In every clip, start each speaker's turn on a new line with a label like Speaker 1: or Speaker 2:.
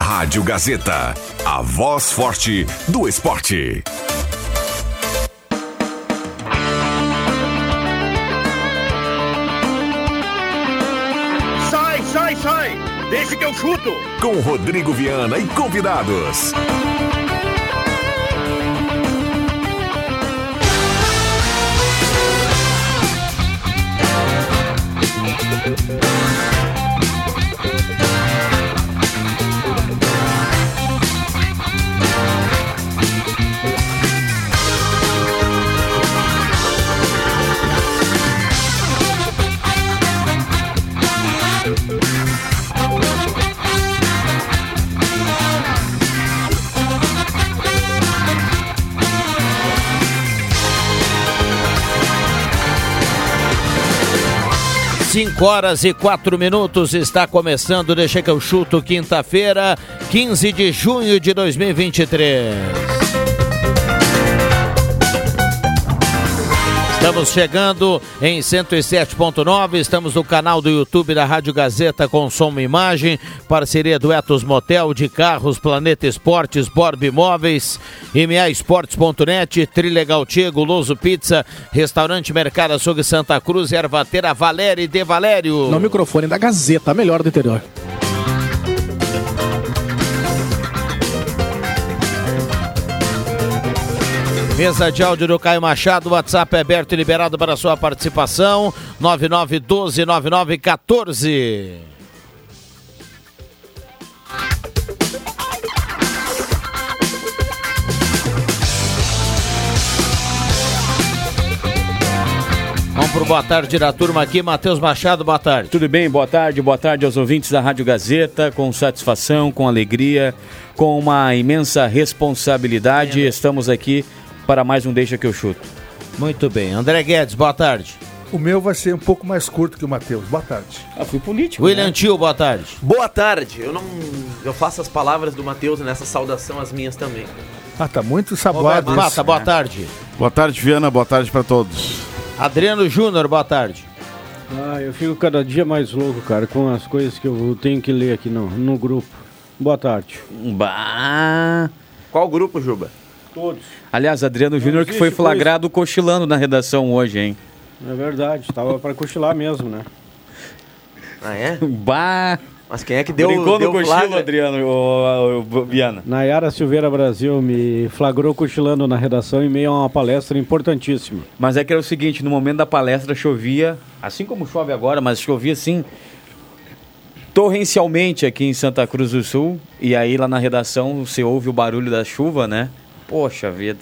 Speaker 1: Rádio Gazeta, a voz forte do esporte.
Speaker 2: Sai, sai, sai! Deixa que eu chuto!
Speaker 1: Com Rodrigo Viana e convidados.
Speaker 3: Cinco horas e quatro minutos está começando, deixa que eu chuto, quinta-feira, 15 de junho de 2023. Estamos chegando em 107.9, estamos no canal do YouTube da Rádio Gazeta com som e imagem, parceria do Etos Motel, de carros, Planeta Esportes, Borb Imóveis, MA Esportes.net, Trilegal Tigo, Loso Pizza, Restaurante Mercado Açougue Santa Cruz, Ervatera Valéria de Valério.
Speaker 4: No microfone da Gazeta, a melhor do interior.
Speaker 3: Mesa de áudio do Caio Machado, o WhatsApp é aberto e liberado para sua participação. 99129914. Vamos pro boa tarde da turma aqui, Matheus Machado, boa tarde.
Speaker 5: Tudo bem? Boa tarde, boa tarde aos ouvintes da Rádio Gazeta, com satisfação, com alegria, com uma imensa responsabilidade. Estamos aqui para mais um Deixa que eu chuto.
Speaker 3: Muito bem. André Guedes, boa tarde.
Speaker 6: O meu vai ser um pouco mais curto que o Matheus. Boa tarde.
Speaker 5: Ah, fui político.
Speaker 3: William Tio, boa tarde.
Speaker 7: Boa tarde. Eu não eu faço as palavras do Matheus nessa saudação as minhas também.
Speaker 6: Ah, tá muito
Speaker 3: Roberto
Speaker 6: saboado. isso.
Speaker 3: Mata, boa tarde.
Speaker 8: Boa tarde, Viana. Boa tarde para todos.
Speaker 3: Adriano Júnior, boa tarde.
Speaker 9: Ah, eu fico cada dia mais louco, cara, com as coisas que eu tenho que ler aqui no, no grupo. Boa tarde.
Speaker 5: Bah.
Speaker 7: Qual grupo, Juba?
Speaker 9: Todos.
Speaker 5: Aliás, Adriano Júnior que foi
Speaker 9: existe
Speaker 5: flagrado cochilando na redação hoje, hein?
Speaker 9: É verdade, tava pra cochilar mesmo, né?
Speaker 7: Ah, é?
Speaker 5: Bah.
Speaker 7: Mas quem é que deu,
Speaker 5: Brincou
Speaker 7: deu
Speaker 5: no cochilo,
Speaker 7: flagra?
Speaker 5: Adriano, ô, ô, ô, Viana.
Speaker 9: Nayara Silveira Brasil me flagrou cochilando na redação em meio a uma palestra importantíssima.
Speaker 5: Mas é que era o seguinte, no momento da palestra chovia, assim como chove agora, mas chovia assim torrencialmente aqui em Santa Cruz do Sul, e aí lá na redação você ouve o barulho da chuva, né? Poxa vida.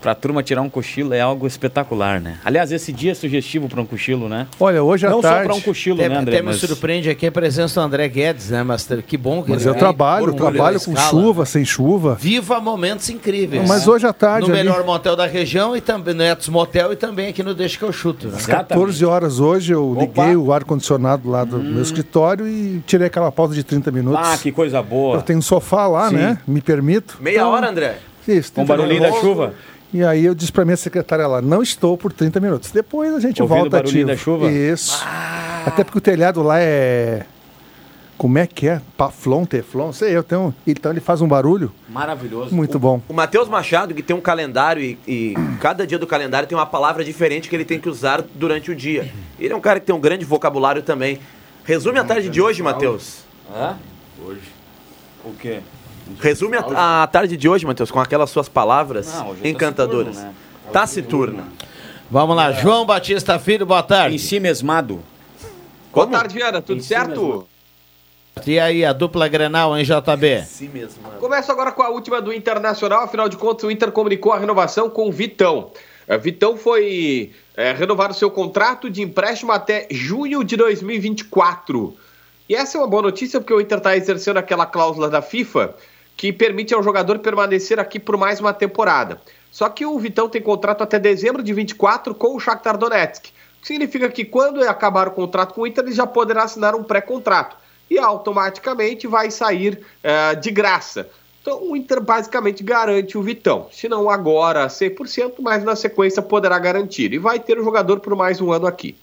Speaker 5: Pra turma tirar um cochilo é algo espetacular, né? Aliás, esse dia é sugestivo pra um cochilo, né?
Speaker 6: Olha, hoje à
Speaker 5: Não só
Speaker 6: tarde.
Speaker 5: pra um cochilo,
Speaker 3: Até,
Speaker 5: né, André?
Speaker 3: até me
Speaker 5: Mas-
Speaker 3: surpreende aqui a presença do André Guedes, né, Master? Que bom que
Speaker 6: Mas
Speaker 3: ele
Speaker 6: eu
Speaker 3: tá
Speaker 5: um
Speaker 6: trabalho,
Speaker 3: aí, orgulho
Speaker 6: trabalho
Speaker 3: da
Speaker 6: com
Speaker 3: escala.
Speaker 6: chuva, sem chuva.
Speaker 3: Viva momentos incríveis.
Speaker 6: Mas hoje à tarde,
Speaker 3: No
Speaker 6: ali-
Speaker 3: melhor motel da região e também no Etos Motel e também aqui no Deixa que eu chuto. Né?
Speaker 6: Às 14 horas hoje eu liguei o ar-condicionado lá do meu escritório e tirei aquela pausa de 30 minutos.
Speaker 5: Hum. Ah, que coisa boa.
Speaker 6: Eu tenho um sofá lá,
Speaker 5: Sim.
Speaker 6: né? Me permito. Então,
Speaker 7: Meia hora, André.
Speaker 6: Isso,
Speaker 5: Com o
Speaker 6: 30
Speaker 5: barulhinho da
Speaker 6: minutos.
Speaker 5: chuva.
Speaker 6: E aí eu disse pra minha secretária lá, não estou por 30 minutos. Depois a gente
Speaker 5: Ouvindo o
Speaker 6: volta
Speaker 5: barulhinho
Speaker 6: ativo.
Speaker 5: da chuva?
Speaker 6: Isso. Até porque o telhado lá é... Como é que é? Paflon, teflon, sei eu. Tenho... Então ele faz um barulho
Speaker 5: Maravilhoso.
Speaker 6: muito bom.
Speaker 7: O Matheus Machado, que tem um calendário e, e cada dia do calendário tem uma palavra diferente que ele tem que usar durante o dia. Ele é um cara que tem um grande vocabulário também. Resume a tarde de hoje, Matheus.
Speaker 5: O quê?
Speaker 7: Resume a, a tarde de hoje, Matheus, com aquelas suas palavras
Speaker 5: Não, hoje eu tô né?
Speaker 7: encantadoras. Tá
Speaker 5: taciturno,
Speaker 7: Taciturna.
Speaker 3: Vamos lá, João Batista Filho, boa tarde.
Speaker 5: Em si mesmado.
Speaker 7: Como?
Speaker 10: Boa tarde, Viana. Tudo certo?
Speaker 3: E aí, a dupla Grenal, hein, JB?
Speaker 7: Si mesmo. mano.
Speaker 10: Começa agora com a última do Internacional. Afinal de contas, o Inter comunicou a renovação com o Vitão. É, Vitão foi é, renovar o seu contrato de empréstimo até junho de 2024. E essa é uma boa notícia porque o Inter está exercendo aquela cláusula da FIFA que permite ao jogador permanecer aqui por mais uma temporada. Só que o Vitão tem contrato até dezembro de 24 com o Shakhtar Donetsk. O que significa que quando acabar o contrato com o Inter, ele já poderá assinar um pré-contrato. E automaticamente vai sair eh, de graça. Então o Inter basicamente garante o Vitão. Se não agora 100%, mas na sequência poderá garantir. E vai ter o jogador por mais um ano aqui.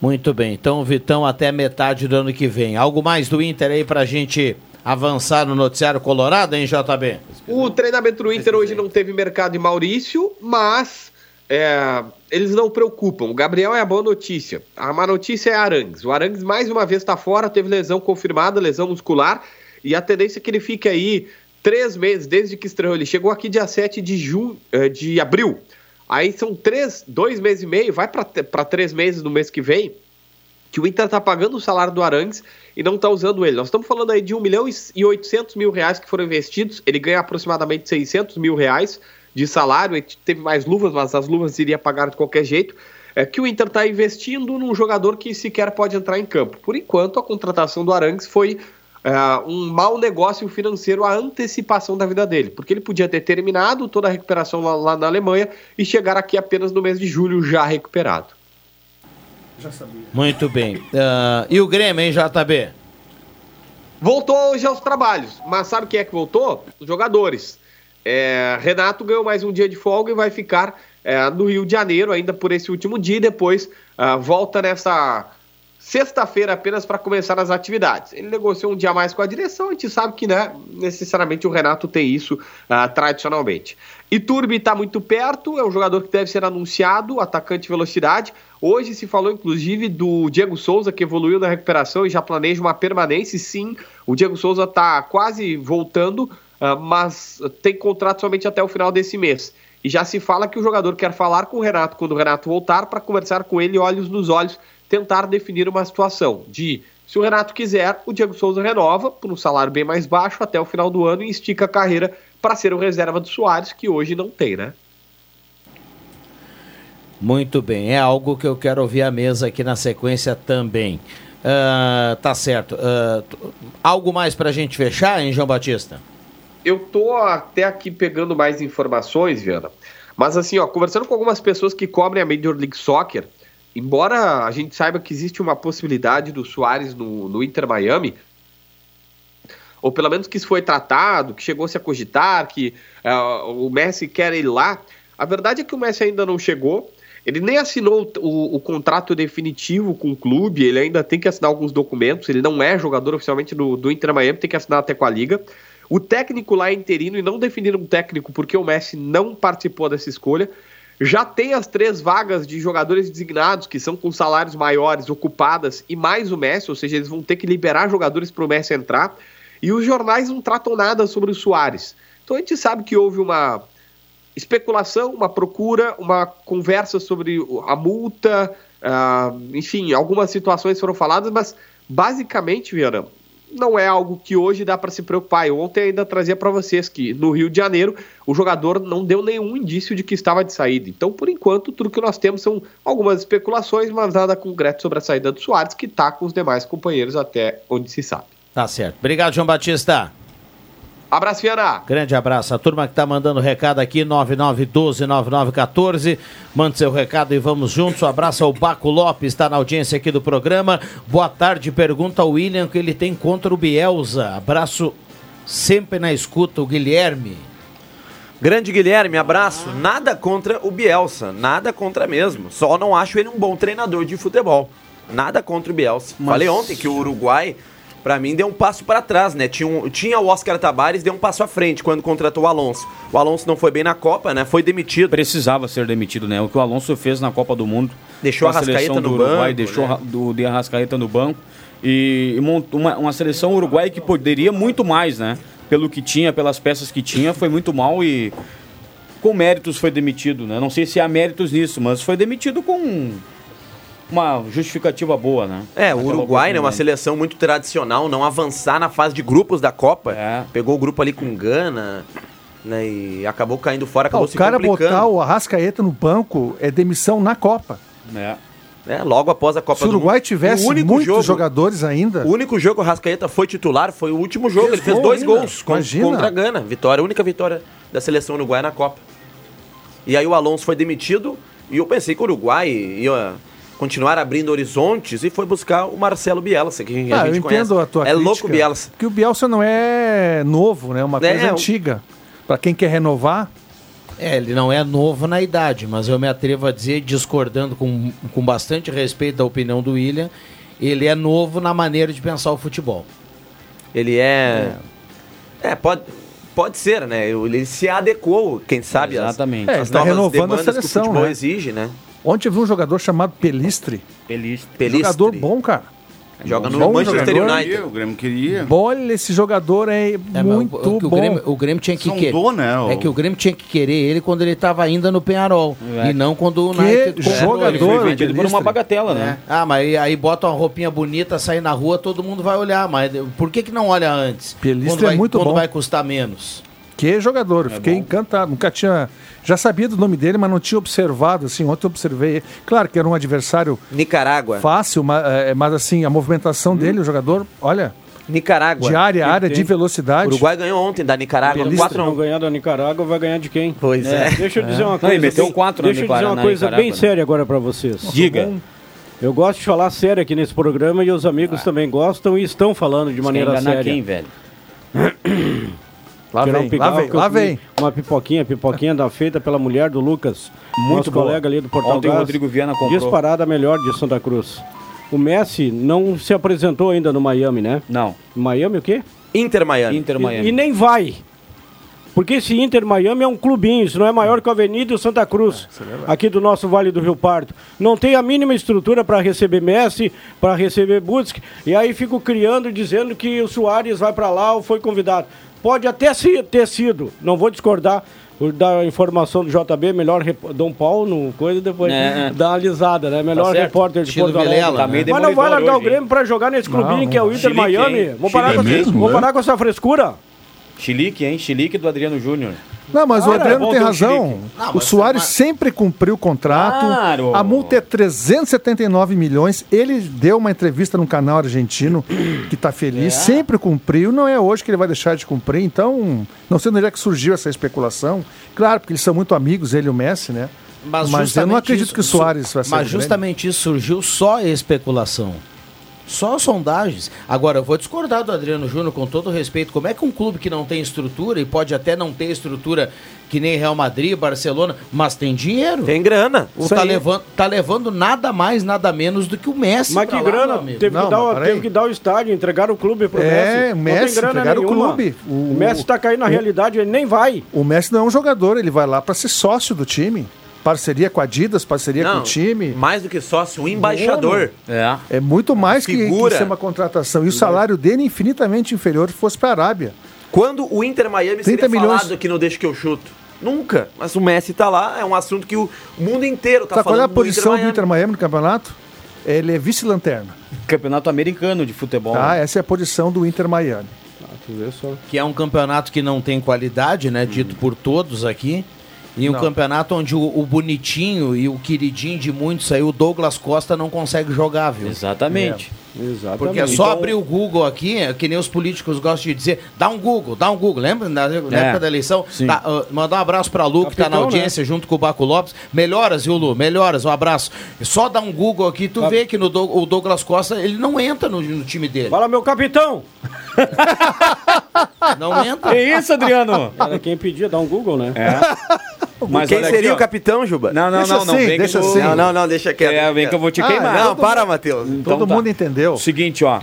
Speaker 3: Muito bem. Então, o Vitão até metade do ano que vem. Algo mais do Inter aí pra gente avançar no noticiário colorado, hein, JB?
Speaker 5: O treinamento do Inter hoje não teve mercado em Maurício, mas é, eles não preocupam. O Gabriel é a boa notícia. A má notícia é Arangues. O Arangues mais uma vez está fora, teve lesão confirmada, lesão muscular, e a tendência é que ele fique aí três meses desde que estreou. Ele chegou aqui dia 7 de, ju, eh, de abril. Aí são três, dois meses e meio, vai para três meses no mês que vem, que o Inter tá pagando o salário do Arangues e não tá usando ele. Nós estamos falando aí de 1 milhão e 800 mil reais que foram investidos, ele ganha aproximadamente 600 mil reais de salário, ele teve mais luvas, mas as luvas iria pagar de qualquer jeito, é que o Inter está investindo num jogador que sequer pode entrar em campo. Por enquanto, a contratação do Arangues foi ah, um mau negócio financeiro a antecipação da vida dele, porque ele podia ter terminado toda a recuperação lá, lá na Alemanha e chegar aqui apenas no mês de julho já recuperado.
Speaker 3: Muito bem. Ah, e o Grêmio, hein, JB?
Speaker 5: Voltou hoje aos trabalhos, mas sabe quem é que voltou? Os jogadores. É, Renato ganhou mais um dia de folga e vai ficar é, no Rio de Janeiro ainda por esse último dia e depois ah, volta nessa sexta-feira apenas para começar as atividades. Ele negociou um dia a mais com a direção, a gente sabe que né, necessariamente o Renato tem isso ah, tradicionalmente. Iturbi está muito perto, é um jogador que deve ser anunciado, atacante de velocidade. Hoje se falou inclusive do Diego Souza, que evoluiu na recuperação e já planeja uma permanência. E, Sim, o Diego Souza está quase voltando, ah, mas tem contrato somente até o final desse mês. E já se fala que o jogador quer falar com o Renato quando o Renato voltar para conversar com ele olhos nos olhos tentar definir uma situação de se o Renato quiser, o Diego Souza renova por um salário bem mais baixo até o final do ano e estica a carreira para ser o reserva do Soares, que hoje não tem, né?
Speaker 3: Muito bem, é algo que eu quero ouvir a mesa aqui na sequência também. Ah, tá certo. Ah, t- algo mais pra gente fechar, hein, João Batista?
Speaker 5: Eu tô até aqui pegando mais informações, Viana. Mas assim, ó, conversando com algumas pessoas que cobrem a Major League Soccer, embora a gente saiba que existe uma possibilidade do Soares no, no Inter Miami, ou pelo menos que isso foi tratado, que chegou-se a cogitar, que ah, o Messi quer ele lá, a verdade é que o Messi ainda não chegou. Ele nem assinou o, o contrato definitivo com o clube, ele ainda tem que assinar alguns documentos, ele não é jogador oficialmente do, do Inter Miami, tem que assinar até com a Liga. O técnico lá é interino e não definiram um técnico porque o Messi não participou dessa escolha. Já tem as três vagas de jogadores designados, que são com salários maiores, ocupadas, e mais o Messi, ou seja, eles vão ter que liberar jogadores para o Messi entrar. E os jornais não tratam nada sobre o Soares. Então a gente sabe que houve uma especulação, uma procura, uma conversa sobre o- a multa, ah, enfim, algumas situações foram faladas, mas basicamente, Viana, não é algo que hoje dá para se preocupar. Eu ontem ainda trazia para vocês que no Rio de Janeiro o jogador não deu nenhum indício de que estava de saída. Então, por enquanto, tudo que nós temos são algumas especulações, mas nada concreto sobre a saída do Soares, que está com os demais companheiros até onde se sabe.
Speaker 3: Tá certo. Obrigado, João Batista.
Speaker 5: Abraço, Viana!
Speaker 3: Grande abraço. A turma que está mandando recado aqui, 9912-9914. Mande seu recado e vamos juntos. Um abraço ao Baco Lopes, está na audiência aqui do programa. Boa tarde. Pergunta ao William que ele tem contra o Bielsa. Abraço sempre na escuta, o Guilherme.
Speaker 10: Grande Guilherme, abraço. Nada contra o Bielsa, nada contra mesmo. Só não acho ele um bom treinador de futebol. Nada contra o Bielsa. Falei ontem que o Uruguai, pra mim, deu um passo pra trás, né? Tinha, um- tinha o Oscar Tabares, deu um passo à frente quando contratou o Alonso. O Alonso não foi bem na Copa, né? Foi demitido.
Speaker 9: Precisava ser demitido, né? O que o Alonso fez na Copa do Mundo.
Speaker 10: Deixou
Speaker 9: com
Speaker 10: a Arrascaeta
Speaker 9: seleção do
Speaker 10: no
Speaker 9: Uruguai,
Speaker 10: banco,
Speaker 9: Deixou
Speaker 10: né?
Speaker 9: a- do, de Arrascaeta no banco. E, e montou uma, uma seleção uruguaia que poderia muito mais, né? Pelo que tinha, pelas peças que tinha, foi muito mal e com méritos foi demitido, né? Não sei se há méritos nisso, mas foi demitido com uma justificativa boa, né?
Speaker 10: É, o
Speaker 9: Naquela
Speaker 10: Uruguai, né? Uma
Speaker 9: oportunidade.
Speaker 10: seleção muito tradicional, não avançar na fase de grupos da Copa.
Speaker 6: É.
Speaker 10: Pegou o grupo ali com Gana, né? E acabou caindo fora,
Speaker 6: Ah,
Speaker 10: acabou
Speaker 6: o
Speaker 10: se
Speaker 6: cara
Speaker 10: complicando.
Speaker 6: botar o Arrascaeta no banco é demissão na Copa.
Speaker 9: É.
Speaker 10: logo após a Copa
Speaker 6: Se o Uruguai
Speaker 10: do Mundo.
Speaker 6: tivesse
Speaker 10: O único
Speaker 6: muitos
Speaker 10: jogo-
Speaker 6: jogadores ainda,
Speaker 10: O único jogo que o Rascaeta foi titular foi o último jogo.
Speaker 6: Fez
Speaker 10: Ele fez
Speaker 6: gol
Speaker 10: dois
Speaker 6: ainda.
Speaker 10: gols con-
Speaker 6: Imagina.
Speaker 10: contra a Gana. Vitória, a única vitória da seleção uruguaia na Copa. E aí o Alonso foi demitido e eu pensei que o Uruguai ia continuar abrindo horizontes e foi buscar o Marcelo Bielsa, que a gente
Speaker 6: ah, eu
Speaker 10: conhece.
Speaker 6: entendo a tua
Speaker 10: é
Speaker 6: crítica.
Speaker 10: louco o Bielsa.
Speaker 6: Porque o Bielsa não é novo, né? É uma
Speaker 10: É,
Speaker 6: coisa
Speaker 10: o-
Speaker 6: antiga. Pra quem quer renovar,
Speaker 3: É, ele não é novo na idade, mas eu me atrevo a dizer, discordando com, com bastante respeito da opinião do William, ele é novo na maneira de pensar o futebol.
Speaker 10: Ele é. É, pode, pode ser, né? Ele se adequou, quem sabe, às-
Speaker 9: Exatamente.
Speaker 10: às,
Speaker 6: É, ele tá
Speaker 10: novas
Speaker 6: renovando a
Speaker 10: demandas
Speaker 6: seleção,
Speaker 10: que o futebol
Speaker 6: né?
Speaker 10: exige, né?
Speaker 6: Ontem eu vi um jogador chamado Pelistre.
Speaker 9: Feliz.
Speaker 10: Pelistre.
Speaker 6: Jogador bom, cara.
Speaker 10: Joga no
Speaker 6: Bom
Speaker 10: Manchester
Speaker 6: jogador.
Speaker 10: United.
Speaker 2: O Grêmio
Speaker 4: É.
Speaker 2: queria.
Speaker 6: Olha, esse jogador é,
Speaker 3: É, mas
Speaker 6: muito
Speaker 3: o, o, que o
Speaker 6: bom.
Speaker 3: Grêmio, o Grêmio tinha que
Speaker 2: Sondou,
Speaker 3: querer.
Speaker 2: né, o-
Speaker 3: É que o Grêmio tinha que querer ele quando ele estava ainda no Penharol.
Speaker 9: É.
Speaker 3: E não quando o
Speaker 6: Que
Speaker 3: United comprou
Speaker 6: jogador,
Speaker 9: Ele foi
Speaker 6: Adoro,
Speaker 9: vendido por
Speaker 6: Pelistre.
Speaker 9: uma bagatela, né?
Speaker 10: É.
Speaker 3: Ah, mas aí, aí bota uma roupinha bonita, sai na rua, todo mundo vai olhar. Mas por que, que não olha antes?
Speaker 6: Pelista
Speaker 3: quando vai,
Speaker 6: é muito
Speaker 3: quando
Speaker 6: bom.
Speaker 3: vai custar menos.
Speaker 6: Que jogador,
Speaker 3: É
Speaker 6: fiquei encantado. Nunca tinha. Já sabia do nome dele, mas não tinha observado, assim. Ontem eu observei. ele. Claro que era um adversário
Speaker 10: Nicarágua.
Speaker 6: fácil, ma- eh, mas, assim, a movimentação dele, o jogador, olha,
Speaker 10: Nicarágua.
Speaker 6: de área a área,
Speaker 4: Hum. tem.
Speaker 6: de velocidade.
Speaker 10: O Uruguai ganhou ontem da Nicarágua.
Speaker 4: Pelista não
Speaker 10: 4x1.
Speaker 4: ganhar da Nicarágua vai ganhar de quem?
Speaker 10: Pois é.
Speaker 4: Deixa eu dizer uma
Speaker 9: Não,
Speaker 4: coisa.
Speaker 9: e meteu
Speaker 4: bem-
Speaker 9: quatro na
Speaker 4: Deixa eu
Speaker 9: Nicara-
Speaker 4: dizer uma
Speaker 9: na
Speaker 4: coisa
Speaker 9: Nicarágua,
Speaker 4: bem
Speaker 9: né?
Speaker 4: séria agora pra vocês.
Speaker 9: Diga.
Speaker 4: Eu gosto de falar sério aqui nesse programa e os amigos também gostam e estão falando de
Speaker 9: Quer
Speaker 4: maneira
Speaker 9: enganar
Speaker 4: séria.
Speaker 9: quem, velho?
Speaker 6: Lá
Speaker 4: Tirar um
Speaker 6: vem, lá
Speaker 4: pigarro
Speaker 6: vem,
Speaker 4: que eu
Speaker 6: lá
Speaker 4: comi
Speaker 6: vem.
Speaker 4: Uma pipoquinha, pipoquinha da feita pela mulher do Lucas,
Speaker 9: Muito
Speaker 4: nosso
Speaker 9: boa.
Speaker 4: colega ali do Portal
Speaker 9: Ontem o
Speaker 4: Gás.
Speaker 9: Rodrigo Viana comprou.
Speaker 4: Disparada melhor de Santa Cruz. O Messi não se apresentou ainda no Miami, né?
Speaker 9: Não.
Speaker 4: Miami o quê?
Speaker 10: Inter Miami.
Speaker 9: Inter
Speaker 4: E,
Speaker 9: Miami.
Speaker 4: e nem vai. Porque esse Inter Miami é um clubinho, isso não é maior que o Avenida e o Santa
Speaker 2: É,
Speaker 4: Cruz, aqui do nosso Vale do Rio Pardo. Não tem a mínima estrutura para receber Messi, para receber Butsk, e aí fico criando dizendo que o Soares vai para lá ou foi convidado. Pode até se- ter sido, não vou discordar o- da informação do JB, melhor rep- Dom Paulo, no coisa depois
Speaker 9: É. Tá
Speaker 4: dá uma lisada, né? Melhor
Speaker 9: certo.
Speaker 4: repórter de
Speaker 3: Tiro
Speaker 4: Porto Alegre.
Speaker 3: Vilela, Tá
Speaker 9: meio
Speaker 4: Mas não vai
Speaker 9: demolidor
Speaker 4: largar o
Speaker 9: hoje, hein?
Speaker 4: Grêmio para jogar nesse clubinho que é o Inter
Speaker 9: Chilique,
Speaker 4: Miami.
Speaker 9: hein?
Speaker 4: Vou parar,
Speaker 2: É
Speaker 4: com, essa-
Speaker 2: mesmo,
Speaker 4: vou
Speaker 2: é?
Speaker 4: parar com essa frescura.
Speaker 9: Chilique, hein? Chilique do Adriano Júnior.
Speaker 6: Não, mas o
Speaker 4: Cara,
Speaker 6: Adriano
Speaker 4: bom
Speaker 6: tem
Speaker 4: ter um
Speaker 6: razão.
Speaker 4: chilique.
Speaker 3: Não,
Speaker 6: o
Speaker 3: mas
Speaker 6: Soares
Speaker 3: tá mar-
Speaker 6: sempre cumpriu o contrato.
Speaker 9: Claro.
Speaker 6: A multa é 379 milhões. Ele deu uma entrevista num canal argentino que está feliz. Sempre cumpriu. Não é hoje que ele vai deixar de cumprir. Então, não sei de onde é que surgiu essa especulação. Claro, porque eles são muito amigos, ele e o Messi, né? Mas, eu não
Speaker 3: justamente
Speaker 6: acredito
Speaker 3: isso-
Speaker 6: que o Soares vai ser
Speaker 3: Mas
Speaker 6: do Grêmio.
Speaker 3: justamente isso surgiu só a especulação. Só sondagens. Agora, eu vou discordar do Adriano Júnior com todo respeito. Como é que um clube que não tem estrutura, e pode até não ter estrutura que nem Real Madrid, Barcelona, mas tem dinheiro?
Speaker 10: Tem grana.
Speaker 3: O tá, levando, tá levando nada mais, nada menos do que o Messi.
Speaker 4: Mas
Speaker 3: pra
Speaker 4: que
Speaker 3: lá,
Speaker 4: grana,
Speaker 3: meu amigo.
Speaker 4: teve,
Speaker 6: Não,
Speaker 4: que dar,
Speaker 6: mas
Speaker 4: o-
Speaker 6: peraí.
Speaker 4: teve que dar o estádio, entregar o clube pro
Speaker 6: É,
Speaker 4: Messi. Não
Speaker 6: Messi,
Speaker 4: tem grana
Speaker 6: entregaram o
Speaker 4: nenhuma.
Speaker 6: clube.
Speaker 4: O,
Speaker 6: O-
Speaker 4: Messi tá caindo na
Speaker 6: o-
Speaker 4: realidade, ele nem vai.
Speaker 6: O Messi não é um jogador. Ele vai lá para ser sócio do time. Parceria com a Adidas, parceria com o time.
Speaker 10: Mais do que sócio, um embaixador.
Speaker 9: É.
Speaker 6: É muito mais que,
Speaker 10: Figura.
Speaker 6: que ser uma contratação. E o salário dele é infinitamente inferior se fosse para a Arábia.
Speaker 10: Quando o Inter Miami
Speaker 6: 30
Speaker 10: seria
Speaker 6: milhões.
Speaker 10: falado aqui no Deixa que eu chuto? Nunca. Mas o Messi tá lá, é um assunto que o mundo inteiro tá
Speaker 6: Sabe qual é
Speaker 10: falando
Speaker 6: a posição do
Speaker 10: Miami.
Speaker 6: Inter Miami no campeonato? Ele é vice-lanterna.
Speaker 9: Campeonato americano de futebol.
Speaker 6: Tá? Essa é a posição do Inter Miami.
Speaker 3: que é um campeonato que não tem qualidade, né? Dito por todos aqui. E um campeonato onde o, o bonitinho e o queridinho de muitos aí, o Douglas Costa, não consegue jogar, viu?
Speaker 9: Exatamente.
Speaker 3: Porque é
Speaker 4: Exatamente.
Speaker 3: só abrir o Google aqui, é que nem os políticos gostam de dizer, dá um Google, dá um Google. Lembra na, na
Speaker 9: É,
Speaker 3: época da eleição?
Speaker 9: sim.
Speaker 3: Tá, ah, mandar um abraço pra Lu, que tá na
Speaker 4: Capitão,
Speaker 3: audiência junto com o Baco Lopes. Melhoras, viu, Lu? Melhoras, um abraço. Só dá um Google aqui, tu vê que no Dou- o Douglas Costa, ele não entra no, no time dele.
Speaker 4: Fala, meu capitão!
Speaker 3: Não entra.
Speaker 9: Que isso, Adriano?
Speaker 4: Era quem pedia, dá um Google, né?
Speaker 9: Mas
Speaker 10: Quem
Speaker 9: olha
Speaker 10: seria
Speaker 9: aqui,
Speaker 10: o
Speaker 9: ó.
Speaker 10: capitão, Juba?
Speaker 9: Não, não,
Speaker 6: É. Deixa
Speaker 9: não, não.
Speaker 6: assim,
Speaker 9: vem
Speaker 6: deixa
Speaker 9: que eu...
Speaker 6: assim.
Speaker 10: não, não, não, deixa quieto.
Speaker 9: É, vem que eu vou te
Speaker 6: Ah,
Speaker 9: queimar.
Speaker 10: Não, para, Matheus.
Speaker 9: Então
Speaker 6: Todo
Speaker 9: tá.
Speaker 6: mundo entendeu.
Speaker 9: Seguinte, ó.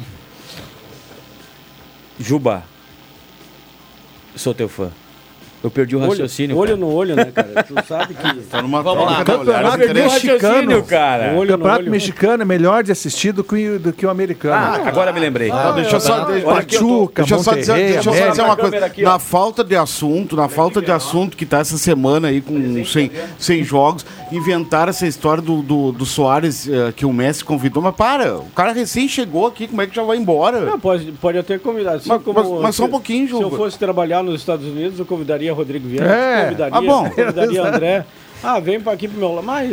Speaker 9: Juba. Sou teu fã. Eu perdi o
Speaker 4: Olho,
Speaker 9: raciocínio.
Speaker 4: olho
Speaker 9: cara.
Speaker 4: no olho, né, cara? Tu sabe que.
Speaker 2: Tá numa
Speaker 3: Vamos lá.
Speaker 2: troca da olhada.
Speaker 9: Eu perdi o
Speaker 2: Três-
Speaker 9: raciocínio,
Speaker 6: mexicano.
Speaker 9: cara.
Speaker 4: Olho
Speaker 6: O campeonato
Speaker 4: no olho.
Speaker 6: mexicano é melhor de assistir do que, do que o americano.
Speaker 9: Ah, agora me lembrei.
Speaker 2: Não, deixa eu só, deixa,
Speaker 6: Olha aqui, eu tô-
Speaker 2: deixa eu só dizer,
Speaker 6: Monterrey,
Speaker 2: deixa eu só
Speaker 6: América.
Speaker 2: dizer É, uma coisa.
Speaker 9: Câmera aqui, ó.
Speaker 2: na falta de assunto, na falta de assunto que tá essa semana aí com sem, sem jogos, inventaram essa história do, do, do Soares eh, que o Messi convidou. Mas para, o cara recém chegou aqui, como é que já vai embora?
Speaker 4: Não, pode, pode até convidar. Assim
Speaker 2: Mas-
Speaker 4: como
Speaker 2: mas- mas só um
Speaker 4: se-
Speaker 2: pouquinho,
Speaker 4: Se eu
Speaker 2: Juba.
Speaker 4: fosse trabalhar nos Estados Unidos, eu convidaria Rodrigo Vieira,
Speaker 6: É,
Speaker 4: convidaria,
Speaker 2: ah, bom.
Speaker 4: convidaria André. Ah, vem pra aqui pro meu lado. Mas.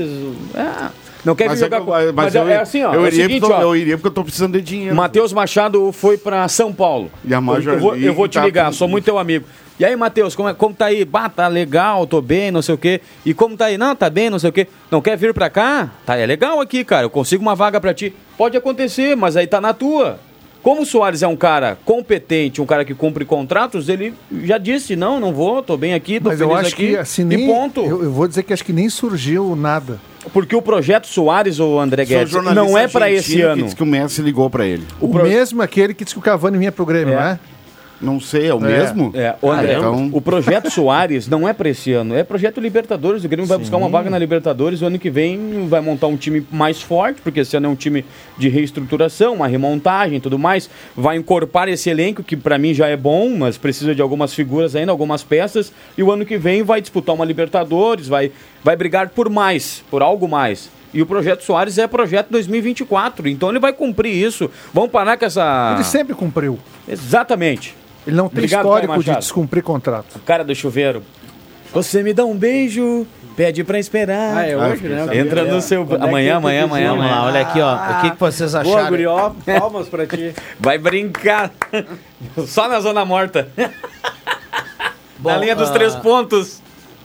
Speaker 4: é,
Speaker 9: Não quer vir
Speaker 2: Mas, é que
Speaker 9: jogar
Speaker 2: eu,
Speaker 9: com.
Speaker 2: mas, eu,
Speaker 9: é assim, ó.
Speaker 2: eu,
Speaker 9: é o
Speaker 2: iria
Speaker 9: seguinte,
Speaker 2: porque, eu-
Speaker 9: ó.
Speaker 2: eu iria porque eu tô precisando de dinheiro.
Speaker 9: Matheus Machado foi pra São Paulo.
Speaker 2: E a Major
Speaker 9: eu, eu vou, eu vou
Speaker 2: League
Speaker 9: te
Speaker 2: tá
Speaker 9: ligar,
Speaker 2: com-
Speaker 9: sou muito teu amigo. E aí, Matheus, como, é, como tá aí? Bah, tá legal, tô bem, não sei o quê. E como tá aí? Não, tá bem, não sei o quê. Não quer vir pra cá? Tá, é legal aqui, cara. Eu consigo uma vaga pra ti. Pode acontecer, mas aí tá na tua. Como o Soares é um cara competente, um cara que cumpre contratos, ele já disse, não, não vou, tô bem aqui, tô
Speaker 6: Mas
Speaker 9: feliz
Speaker 6: eu acho
Speaker 9: aqui,
Speaker 6: que assim
Speaker 9: e
Speaker 6: nem.
Speaker 9: ponto.
Speaker 6: Eu, eu vou dizer que acho que nem surgiu nada.
Speaker 9: Porque o projeto Soares, ou André
Speaker 2: Sou
Speaker 9: Guedes,
Speaker 2: jornalista
Speaker 9: não é pra esse
Speaker 2: argentino que
Speaker 9: ano.
Speaker 2: diz que o Messi ligou pra ele.
Speaker 6: O, mesmo é aquele que disse que o Cavani vinha pro Grêmio,
Speaker 9: É.
Speaker 6: não é?
Speaker 2: Não sei, é o mesmo?
Speaker 9: É, ô, André,
Speaker 2: Ah, então-
Speaker 9: o projeto Soares não é para esse ano, é projeto Libertadores. O Grêmio vai buscar uma vaga na Libertadores. O ano que vem vai montar um time mais forte, porque esse ano é um time de reestruturação, uma remontagem e tudo mais. Vai encorpar esse elenco, que para mim já é bom, mas precisa de algumas figuras ainda, algumas peças. E o ano que vem vai disputar uma Libertadores, vai, vai brigar por mais, por algo mais. E o projeto Soares é projeto 2024, então ele vai cumprir isso. Vamos parar com essa.
Speaker 6: É. Ele sempre cumpriu.
Speaker 9: Exatamente.
Speaker 6: Ele não tem
Speaker 9: Ah. Obrigado, Caio
Speaker 6: histórico de
Speaker 9: Machado.
Speaker 6: descumprir contrato.
Speaker 9: Cara do chuveiro. Você me dá um beijo, pede pra esperar.
Speaker 11: Ah, é hoje, né?
Speaker 9: Entra no seu.
Speaker 4: Quando é que
Speaker 9: Amanhã,
Speaker 4: entra
Speaker 9: amanhã,
Speaker 4: o
Speaker 9: amanhã,
Speaker 4: vizinho,
Speaker 3: Vamos
Speaker 9: amanhã.
Speaker 3: lá, olha aqui, ó. O que, que vocês
Speaker 4: Boa,
Speaker 3: acharam?
Speaker 4: Gurió, palmas pra ti.
Speaker 9: Vai brincar. Só na zona morta.
Speaker 3: Bom,
Speaker 9: na linha dos
Speaker 3: ah,
Speaker 9: três pontos.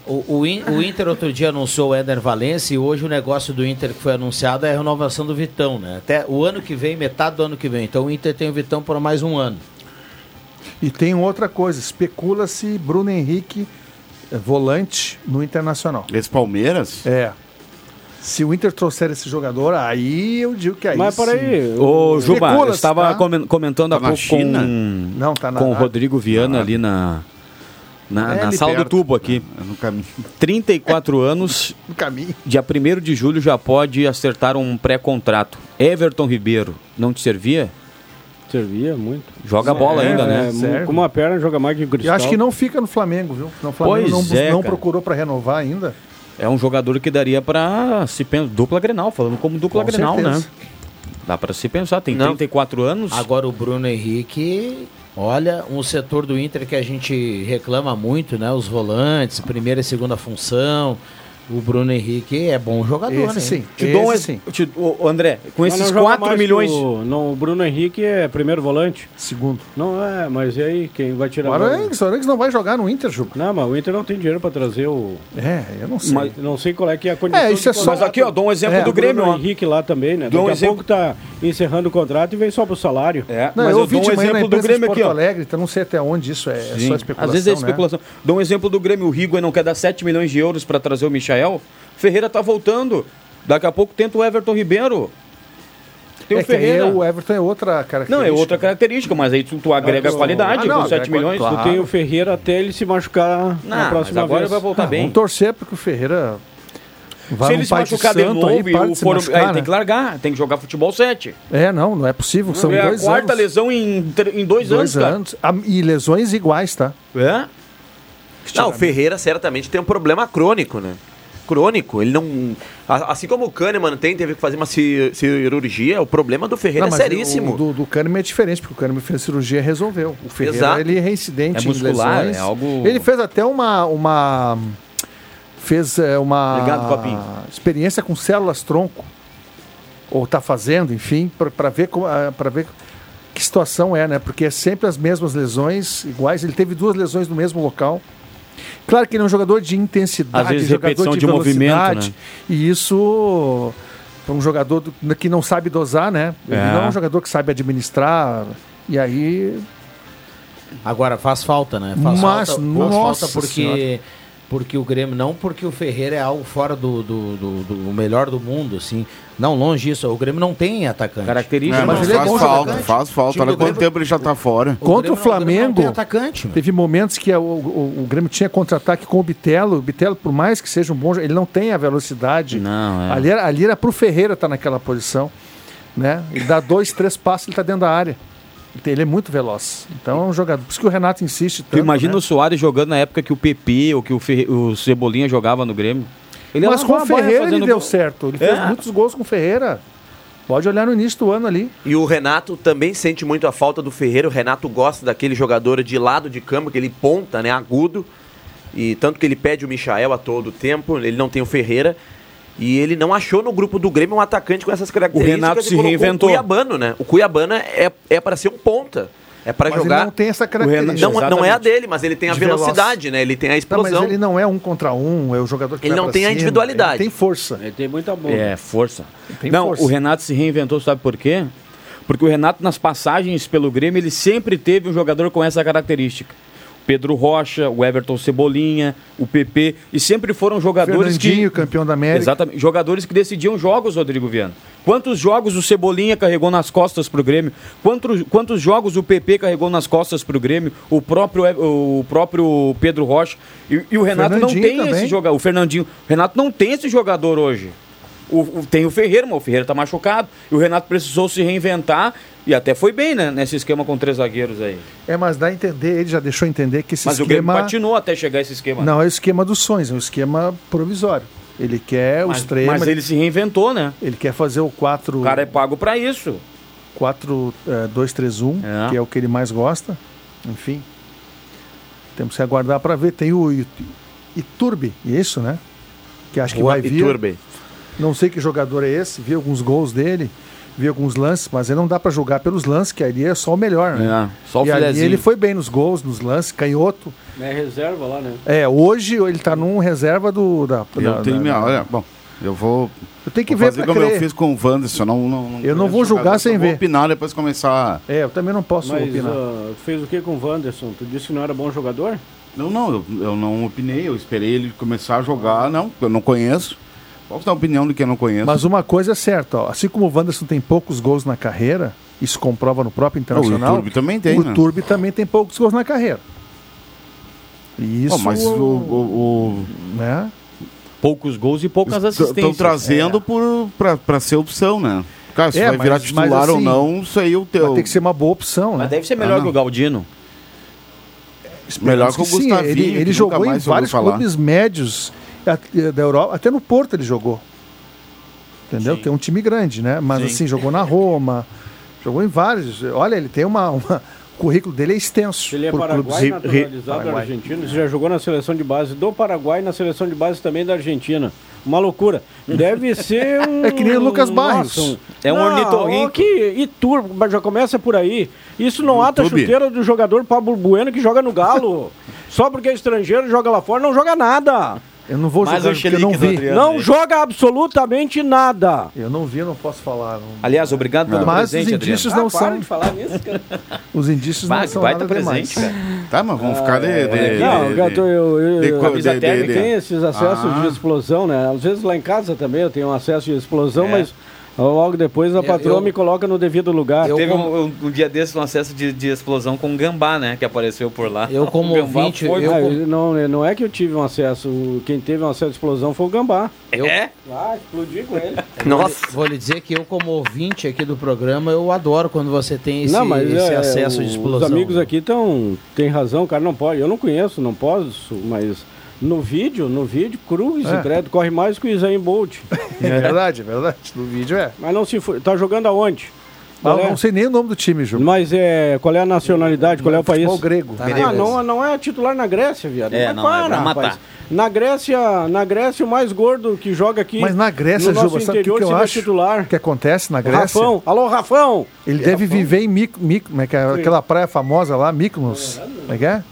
Speaker 3: O, o, In- o Inter outro dia anunciou o Éder Valencia e hoje o negócio do Inter que foi anunciado é a renovação do Vitão, né? Até o ano que vem, metade do ano que vem. Então o Inter tem o Vitão por mais um ano.
Speaker 6: E tem outra coisa: especula-se Bruno Henrique eh, volante no Internacional.
Speaker 2: Esse Palmeiras?
Speaker 6: É. Se o Inter trouxer esse jogador, aí eu digo que aí.
Speaker 4: Mas
Speaker 6: sim.
Speaker 4: peraí,
Speaker 9: Ô, Juba, eu
Speaker 6: Especula-se,
Speaker 9: estava
Speaker 6: tá?
Speaker 9: comen- comentando há
Speaker 2: Tá na
Speaker 9: pouco
Speaker 2: China? Ah.
Speaker 9: com,
Speaker 6: Não, tá na.
Speaker 9: com o Rodrigo Viana ali na, na,
Speaker 6: É
Speaker 9: na
Speaker 6: ali
Speaker 9: sala do
Speaker 6: perto.
Speaker 9: tubo aqui.
Speaker 2: É No caminho.
Speaker 9: 34 anos,
Speaker 6: no um caminho.
Speaker 9: dia 1 de julho já pode acertar um pré-contrato. Everton Ribeiro, não te servia?
Speaker 4: Servia muito.
Speaker 9: Joga bola ainda, né?
Speaker 4: É,
Speaker 6: Serve.
Speaker 4: com uma perna joga mais que o
Speaker 6: Eu
Speaker 4: cristal.
Speaker 6: acho que não fica no Flamengo, viu? Não, O Flamengo
Speaker 9: Pois
Speaker 6: não, bus-
Speaker 9: é,
Speaker 6: não
Speaker 9: cara.
Speaker 6: procurou para renovar ainda.
Speaker 9: É um jogador que daria pra se pensar. Dupla Grenal, falando como dupla
Speaker 6: Com
Speaker 9: Grenal,
Speaker 6: certeza.
Speaker 9: né? Dá pra se pensar, tem
Speaker 10: Não.
Speaker 9: 34 anos.
Speaker 3: Agora o Bruno Henrique, olha, um setor do Inter que a gente reclama muito, né? Os volantes, primeira e segunda função. O Bruno Henrique é bom jogador, né?
Speaker 6: Esse sim.
Speaker 9: Te dou um
Speaker 6: esse
Speaker 9: ex-
Speaker 6: sim.
Speaker 9: te- ô, ô, André, com
Speaker 4: Mas não
Speaker 9: esses
Speaker 4: joga
Speaker 9: 4
Speaker 4: mais
Speaker 9: milhões.
Speaker 4: que O, não, o Bruno Henrique é primeiro volante.
Speaker 6: Segundo.
Speaker 4: Não é, mas e aí? Quem vai tirar
Speaker 6: Agora o
Speaker 9: é
Speaker 4: bola?
Speaker 6: Arangues, o Arangues não vai jogar no Inter, Juba.
Speaker 4: Não, mas o Inter não tem dinheiro pra trazer o.
Speaker 6: É, eu não sei.
Speaker 4: Mas não sei qual é que é a condição.
Speaker 6: É, isso
Speaker 4: de
Speaker 6: é só-
Speaker 9: Mas aqui, ó, dou um exemplo
Speaker 6: É,
Speaker 9: do
Speaker 4: O Grêmio,
Speaker 9: Grêmio,
Speaker 4: Bruno
Speaker 9: ó.
Speaker 4: Henrique lá também, né?
Speaker 9: Dá um
Speaker 4: Daqui a
Speaker 9: exemplo.
Speaker 4: pouco tá encerrando o contrato e vem só pro salário.
Speaker 9: É,
Speaker 6: Não,
Speaker 9: mas
Speaker 6: eu
Speaker 9: eu,
Speaker 6: ouvi
Speaker 9: dou um
Speaker 6: de manhã na
Speaker 9: exemplo do
Speaker 6: imprensa de
Speaker 9: Grêmio aqui,
Speaker 6: Porto
Speaker 9: ó.
Speaker 6: Alegre, então não sei até onde isso é, é
Speaker 9: Sim.
Speaker 6: só especulação.
Speaker 9: Às vezes é
Speaker 6: né?
Speaker 9: especulação. Dou um exemplo do Grêmio. O Rigo não quer dar 7 milhões de euros pra trazer o Michael. Ferreira tá voltando. Daqui a pouco tenta o Everton Ribeiro. Tem
Speaker 6: É
Speaker 9: o
Speaker 6: que aí
Speaker 9: Ferreira.
Speaker 6: o Everton é outra característica. né?
Speaker 9: Não, é outra característica, mas aí tu, tu agrega
Speaker 4: Ah,
Speaker 9: qualidade
Speaker 6: não,
Speaker 9: com 7
Speaker 6: agrega
Speaker 9: milhões.
Speaker 6: qualidade.
Speaker 4: Tu tem o Ferreira até ele se machucar
Speaker 9: Não,
Speaker 4: na
Speaker 9: mas
Speaker 4: próxima
Speaker 9: agora
Speaker 4: vez.
Speaker 9: vai voltar
Speaker 6: Ah,
Speaker 9: tá bem.
Speaker 6: Vamos torcer porque o Ferreira vai
Speaker 9: se
Speaker 6: num
Speaker 9: ele se
Speaker 6: pai de
Speaker 9: machucar de
Speaker 6: santo
Speaker 9: novo
Speaker 6: aí,
Speaker 9: e
Speaker 6: para
Speaker 9: o
Speaker 6: de se
Speaker 9: for,
Speaker 6: machucar,
Speaker 9: aí
Speaker 6: né?
Speaker 9: tem que largar, tem que jogar futebol 7.
Speaker 6: É, não, não é possível. São
Speaker 9: é a
Speaker 6: dois
Speaker 9: quarta
Speaker 6: anos.
Speaker 9: lesão em, tre- em dois,
Speaker 6: dois anos.
Speaker 9: anos,
Speaker 6: Ah, E lesões iguais, tá?
Speaker 9: cara. É?
Speaker 10: Não, o Ferreira certamente tem um problema crônico, né? Crônico, ele não. a- Assim como o Kahneman tem, teve que fazer uma ci- cirurgia, o problema do Ferreira
Speaker 6: Não, mas
Speaker 10: é seríssimo.
Speaker 6: O do, do Kahneman é diferente, porque o Kahneman fez cirurgia e resolveu. O Ferreira,
Speaker 10: Exato.
Speaker 6: ele é reincidente
Speaker 9: É muscular,
Speaker 6: em lesões.
Speaker 9: é algo-
Speaker 6: Ele fez até uma... uma... Fez é, uma
Speaker 9: Obrigado, Copinho.
Speaker 6: experiência com células-tronco. Ou tá fazendo, enfim, para ver, como- ah, pra ver que situação é, né? Porque é sempre as mesmas lesões iguais. Ele teve duas lesões no mesmo local. Claro que ele é um jogador de intensidade,
Speaker 9: Às vezes
Speaker 6: jogador
Speaker 9: repetição de movimento,
Speaker 6: velocidade,
Speaker 9: né?
Speaker 6: E isso para um jogador do- que não sabe dosar, né? Ele
Speaker 9: É.
Speaker 6: não é um jogador que sabe administrar. E aí.
Speaker 3: Agora faz falta, né? Faz
Speaker 6: Mas,
Speaker 3: falta, faz
Speaker 6: nossa
Speaker 3: falta porque,
Speaker 6: senhora.
Speaker 3: porque o Grêmio, não porque o Ferreira é algo fora do, do, do- do melhor do mundo, assim. Não, longe disso. O Grêmio não tem atacante.
Speaker 9: Característica.
Speaker 2: É,
Speaker 6: mas
Speaker 2: mas
Speaker 6: ele é
Speaker 2: faz
Speaker 6: bom
Speaker 2: falta,
Speaker 6: jogador.
Speaker 2: faz falta.
Speaker 3: Time
Speaker 2: Olha
Speaker 3: do
Speaker 2: quanto
Speaker 3: Grêmio-
Speaker 2: tempo ele já tá fora.
Speaker 6: Contra
Speaker 3: Grêmio não- Grêmio
Speaker 6: o
Speaker 3: não
Speaker 6: Flamengo,
Speaker 3: tem atacante, meu.
Speaker 6: teve momentos que a- o, o- o Grêmio tinha contra-ataque com o Bitelo. O Bitelo, por mais que seja um bom jogador, ele não tem a velocidade.
Speaker 9: Não, é.
Speaker 6: Ali era, ali era pro Ferreira estar naquela posição. Né? Ele dá dois, três passos, ele tá dentro da área. Ele tem- Ele é muito veloz. Então é um jogador. Por isso que o Renato insiste tanto.
Speaker 9: Tu imagina
Speaker 6: né?
Speaker 9: o Soares jogando na época que o PP ou que o, Ferre- o Cebolinha jogava no Grêmio. Ele
Speaker 6: Mas
Speaker 9: lá
Speaker 6: com
Speaker 9: vai
Speaker 6: o Ferreira ele
Speaker 9: fazendo
Speaker 6: deu
Speaker 9: gol.
Speaker 6: certo. Ele
Speaker 9: É.
Speaker 6: fez muitos gols com o Ferreira. Pode olhar no início do ano ali.
Speaker 10: E o Renato também sente muito a falta do Ferreira. O Renato gosta daquele jogador de lado de campo, que ele ponta, né? Agudo. E tanto que ele pede o Michael a todo tempo, ele não tem o Ferreira. E ele não achou no grupo do Grêmio um atacante com essas características.
Speaker 9: Renato
Speaker 10: e
Speaker 9: se
Speaker 10: colocou
Speaker 9: reinventou.
Speaker 10: O Cuiabana, né? O Cuiabana é, é para ser um ponta. É para
Speaker 6: Mas
Speaker 10: jogar.
Speaker 6: ele não tem essa
Speaker 9: Renato-
Speaker 6: característica.
Speaker 10: Não, não é a dele, mas ele tem a
Speaker 6: De
Speaker 10: velocidade, né? Ele tem a
Speaker 6: Tá, mas
Speaker 10: explosão.
Speaker 6: ele não é um contra um, é o jogador que
Speaker 10: Ele
Speaker 6: vai
Speaker 10: não
Speaker 6: pra
Speaker 10: tem a
Speaker 6: cima,
Speaker 10: individualidade.
Speaker 6: Ele tem força.
Speaker 4: Ele tem muita bola.
Speaker 9: É, força.
Speaker 6: Tem
Speaker 9: não,
Speaker 6: força.
Speaker 9: o Renato se reinventou, sabe por quê? Porque o Renato, nas passagens pelo Grêmio, ele sempre teve um jogador com essa característica. Pedro Rocha, o Everton Cebolinha, o PP, e sempre foram jogadores que.
Speaker 6: Fernandinho, campeão da América.
Speaker 9: Exatamente. Jogadores que decidiam jogos, Rodrigo Viana. Quantos jogos o Cebolinha carregou nas costas pro Grêmio? Quantos, quantos jogos o PP carregou nas costas pro Grêmio? O próprio, E- o próprio Pedro Rocha. E, e o Renato não
Speaker 6: Fernandinho
Speaker 9: tem esse
Speaker 6: também.
Speaker 9: jogador. O Fernandinho. O Renato não tem esse jogador hoje. O- o- tem o Ferreira, mas o Ferreira tá machucado. E o Renato precisou se reinventar. E até foi bem, né? Nesse esquema com três zagueiros aí.
Speaker 6: É, mas dá a entender, ele já deixou entender que esse
Speaker 9: Mas o Grêmio né?
Speaker 6: esquema.
Speaker 9: patinou até chegar esse esquema.
Speaker 6: não é o esquema dos sonhos, é um esquema provisório. Ele quer
Speaker 9: mas,
Speaker 6: os três.
Speaker 9: mas ele se reinventou, né?
Speaker 6: ele quer fazer o 4.
Speaker 9: O cara é pago pra isso.
Speaker 6: 4, 2, 3, 1,
Speaker 9: É.
Speaker 6: que é o que ele mais gosta. Enfim. Temos que aguardar para ver. Tem o It- Iturbe, isso, né? Que acho que
Speaker 10: Juan
Speaker 6: vai vir.
Speaker 10: Iturbe.
Speaker 6: Não sei que jogador é esse, vi alguns gols dele, vi alguns lances, mas ele não dá para julgar pelos lances, que ali é só o melhor, né?
Speaker 9: É, só o
Speaker 6: e ali
Speaker 9: filezinho.
Speaker 6: ele foi bem nos gols, nos lances, canhoto.
Speaker 4: É reserva lá, né?
Speaker 6: É, hoje ele tá num reserva do da,
Speaker 2: Eu
Speaker 6: da-
Speaker 2: tenho
Speaker 6: da-
Speaker 2: minha. Olha, bom, eu vou.
Speaker 6: Eu tenho que
Speaker 2: vou
Speaker 6: ver
Speaker 2: fazer
Speaker 6: pra
Speaker 2: como
Speaker 6: crer.
Speaker 2: eu fiz com o Wanderson. Não, não,
Speaker 6: Eu não
Speaker 2: conheço
Speaker 6: vou julgar
Speaker 2: jogador,
Speaker 6: sem
Speaker 2: só vou
Speaker 6: ver.
Speaker 2: opinar depois começar.
Speaker 6: É, eu também não posso
Speaker 4: Mas
Speaker 6: opinar.
Speaker 4: ah, fez o que com o Wanderson? Tu disse que não era bom jogador?
Speaker 2: Não, não, eu, eu não opinei. Eu esperei ele começar a jogar. Não, eu não conheço. Posso dar opinião de quem eu não conheço.
Speaker 6: Mas uma coisa é certa, ó, assim como o Wanderson tem poucos gols na carreira, isso comprova no próprio Internacional.
Speaker 2: O Iturbe também tem,
Speaker 6: O
Speaker 2: né?
Speaker 6: Iturbe também tem poucos gols na carreira. E
Speaker 2: Pô,
Speaker 6: isso,
Speaker 2: mas o, o, o-
Speaker 6: né?
Speaker 9: Poucos gols e poucas assistências. É.
Speaker 2: Estão trazendo por, pra, pra ser opção, né? Cara, se
Speaker 6: É,
Speaker 2: vai virar
Speaker 6: mas-
Speaker 2: titular
Speaker 6: mas
Speaker 2: ou
Speaker 6: assim,
Speaker 2: não, isso aí é o
Speaker 6: Vai
Speaker 2: teu.
Speaker 6: ter que ser uma boa opção, né?
Speaker 9: Mas deve ser melhor
Speaker 2: Ah,
Speaker 9: que
Speaker 2: não.
Speaker 9: o Galdino.
Speaker 2: Melhor que o
Speaker 6: Sim,
Speaker 2: Gustavinho.
Speaker 6: Ele,
Speaker 2: que
Speaker 6: ele
Speaker 2: nunca
Speaker 6: jogou em
Speaker 2: mais ouviu
Speaker 6: vários
Speaker 2: falar.
Speaker 6: clubes médios a- eh, da Europa, até no Porto ele jogou. Entendeu? Tem um time grande, né? Mas assim, jogou na Roma, jogou em vários. Olha, ele tem uma. uma- O currículo dele é extenso.
Speaker 4: Ele é
Speaker 6: por
Speaker 4: paraguai,
Speaker 6: clubes.
Speaker 4: naturalizado
Speaker 6: Paraguai.
Speaker 4: argentino. Você já jogou na seleção de base do Paraguai e na seleção de base também da Argentina. Uma loucura. Deve ser um...
Speaker 6: É que nem o Lucas Barros.
Speaker 4: Nossa,
Speaker 9: É um
Speaker 4: Não,
Speaker 9: ornitorrinco.
Speaker 4: ó, que E turbo, mas já começa por aí. Isso não ata a
Speaker 2: YouTube.
Speaker 4: chuteira do jogador Pablo Bueno que joga no Galo. Só porque é estrangeiro, joga lá fora, não joga nada.
Speaker 6: Eu não vou
Speaker 9: Mais
Speaker 6: jogar
Speaker 9: um
Speaker 6: porque eu
Speaker 9: chilique
Speaker 6: não
Speaker 9: do
Speaker 6: vi.
Speaker 9: Adriano.
Speaker 4: Não
Speaker 9: aí.
Speaker 4: joga absolutamente nada.
Speaker 6: Eu não vi, eu não posso falar. não-
Speaker 9: Aliás, obrigado pelo
Speaker 6: Mas os
Speaker 9: presente, Adriano.
Speaker 6: indícios não
Speaker 4: para
Speaker 6: são.
Speaker 4: Ah, de falar nisso, cara.
Speaker 6: Os indícios
Speaker 9: Bah,
Speaker 6: não
Speaker 9: que
Speaker 6: são
Speaker 9: baita
Speaker 6: nada demais.
Speaker 9: presente, cara.
Speaker 2: Tá, mas vamos ficar de. de-
Speaker 4: Não,
Speaker 2: de-
Speaker 4: gato, eu- eu-
Speaker 2: de-
Speaker 4: eu-
Speaker 2: de-
Speaker 9: camisa
Speaker 2: de-
Speaker 9: térmica,
Speaker 2: de-
Speaker 4: Tem esses acessos
Speaker 3: Ah.
Speaker 4: de explosão, né? Às vezes lá em casa também eu tenho um acesso de
Speaker 3: É.
Speaker 4: explosão, mas logo depois a patroa
Speaker 3: eu-
Speaker 4: me coloca no devido lugar.
Speaker 9: Teve um, um- um dia desse um acesso de, de explosão com um gambá, né? Que apareceu por lá.
Speaker 3: Eu como
Speaker 9: O gambá
Speaker 3: ouvinte,
Speaker 9: foi-
Speaker 3: eu-
Speaker 4: Ah, não, não é que eu tive um acesso, quem teve um acesso de explosão foi o Gambá.
Speaker 3: Eu-
Speaker 9: É?
Speaker 4: Ah, explodi com ele.
Speaker 10: Nossa.
Speaker 3: Vou lhe dizer que eu, como ouvinte aqui do programa, eu adoro quando você tem esse,
Speaker 4: não, mas
Speaker 3: esse
Speaker 4: é,
Speaker 3: acesso
Speaker 4: o-
Speaker 3: de explosão.
Speaker 4: Os amigos aqui estão. Tem razão, cara, não pode. Eu não conheço, não posso, mas no vídeo, no vídeo, cru esse
Speaker 6: É.
Speaker 4: credo, corre mais que o Isaim Bolt.
Speaker 6: É verdade, é verdade. No vídeo é.
Speaker 4: Mas não se foi. Tá jogando aonde?
Speaker 6: Ah,
Speaker 4: Qual
Speaker 6: eu
Speaker 4: é?
Speaker 6: não sei nem o nome do time, Ju.
Speaker 4: Mas é. Qual é a nacionalidade? Qual é o país?
Speaker 6: Futebol grego.
Speaker 3: Tá.
Speaker 4: Ah, não, não é titular na Grécia, viado.
Speaker 9: É,
Speaker 4: Mas
Speaker 9: não, é pra
Speaker 4: rapaz.
Speaker 9: matar.
Speaker 4: Na Grécia, na Grécia, o mais gordo que joga aqui.
Speaker 6: Mas na Grécia,
Speaker 4: no nosso
Speaker 6: Juba, sabe o que,
Speaker 4: interior,
Speaker 6: que eu
Speaker 4: seria
Speaker 6: acho?
Speaker 4: titular.
Speaker 6: O que acontece na Grécia?
Speaker 4: Rafão. Alô, Rafão!
Speaker 6: Ele deve viver em Mico, Mico, como é que é? aquela praia famosa lá, Mykonos, como é que é?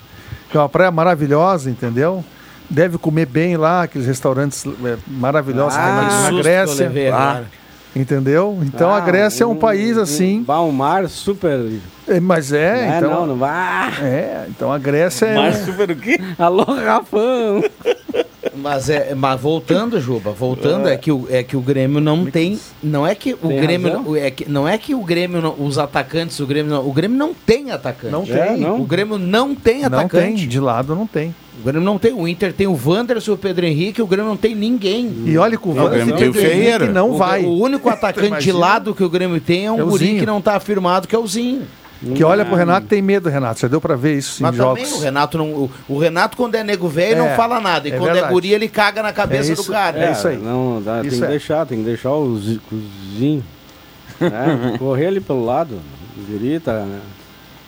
Speaker 6: Que é uma praia maravilhosa, entendeu? Deve comer bem lá, aqueles restaurantes é, maravilhosos que tem
Speaker 4: Ah,
Speaker 6: na-
Speaker 4: que
Speaker 6: na,
Speaker 3: Susto que eu
Speaker 6: Grécia, Ah,
Speaker 3: levei agora.
Speaker 6: entendeu? Então a
Speaker 4: Ah,
Speaker 6: Grécia é um país assim,
Speaker 4: Bah, um mar super.
Speaker 6: é, mas é,
Speaker 4: É,
Speaker 6: então,
Speaker 4: não, não vai.
Speaker 6: é, então a Grécia é,
Speaker 9: Mas super o quê?
Speaker 4: Alô, Rafão!
Speaker 3: Mas, é, mas voltando, Juba, voltando, é que o, é que o Grêmio não tem. Não é que o
Speaker 4: Tem
Speaker 3: Grêmio.
Speaker 4: razão.
Speaker 3: não- É que, não é que o Grêmio. não- os atacantes do Grêmio. Não, o Grêmio não tem atacante.
Speaker 6: Não
Speaker 4: É,
Speaker 6: tem.
Speaker 4: não.
Speaker 3: O Grêmio não tem
Speaker 6: não tem,
Speaker 3: é atacante.
Speaker 6: de lado não tem.
Speaker 3: O Grêmio não tem. O Inter tem o Wanderson, o Pedro Henrique. O Grêmio não tem ninguém.
Speaker 6: E olha com o
Speaker 2: Não, o Grêmio
Speaker 6: Wanderson,
Speaker 2: tem o Ferreira.
Speaker 6: que não
Speaker 3: o,
Speaker 6: vai,
Speaker 3: O único atacante de
Speaker 6: imagina?
Speaker 3: lado que o Grêmio tem é um
Speaker 6: É o
Speaker 3: guri
Speaker 6: Zinho.
Speaker 3: que não tá afirmado, que é o Zinho.
Speaker 6: que olha pro Renato tem medo, Renato, já deu pra ver isso
Speaker 3: Mas
Speaker 6: em
Speaker 3: também
Speaker 6: jogos.
Speaker 3: o Renato não. O, o Renato, quando é nego velho, não
Speaker 6: É,
Speaker 3: fala nada. E
Speaker 6: é
Speaker 3: quando é
Speaker 6: verdade.
Speaker 3: guri, ele caga na cabeça
Speaker 6: É
Speaker 3: do
Speaker 6: isso,
Speaker 3: cara.
Speaker 6: é isso aí.
Speaker 4: Não, dá,
Speaker 6: Isso
Speaker 4: tem que
Speaker 6: é.
Speaker 4: deixar, tem que deixar o zi- o Zinho. né? correr ali pelo lado. Grita. Né?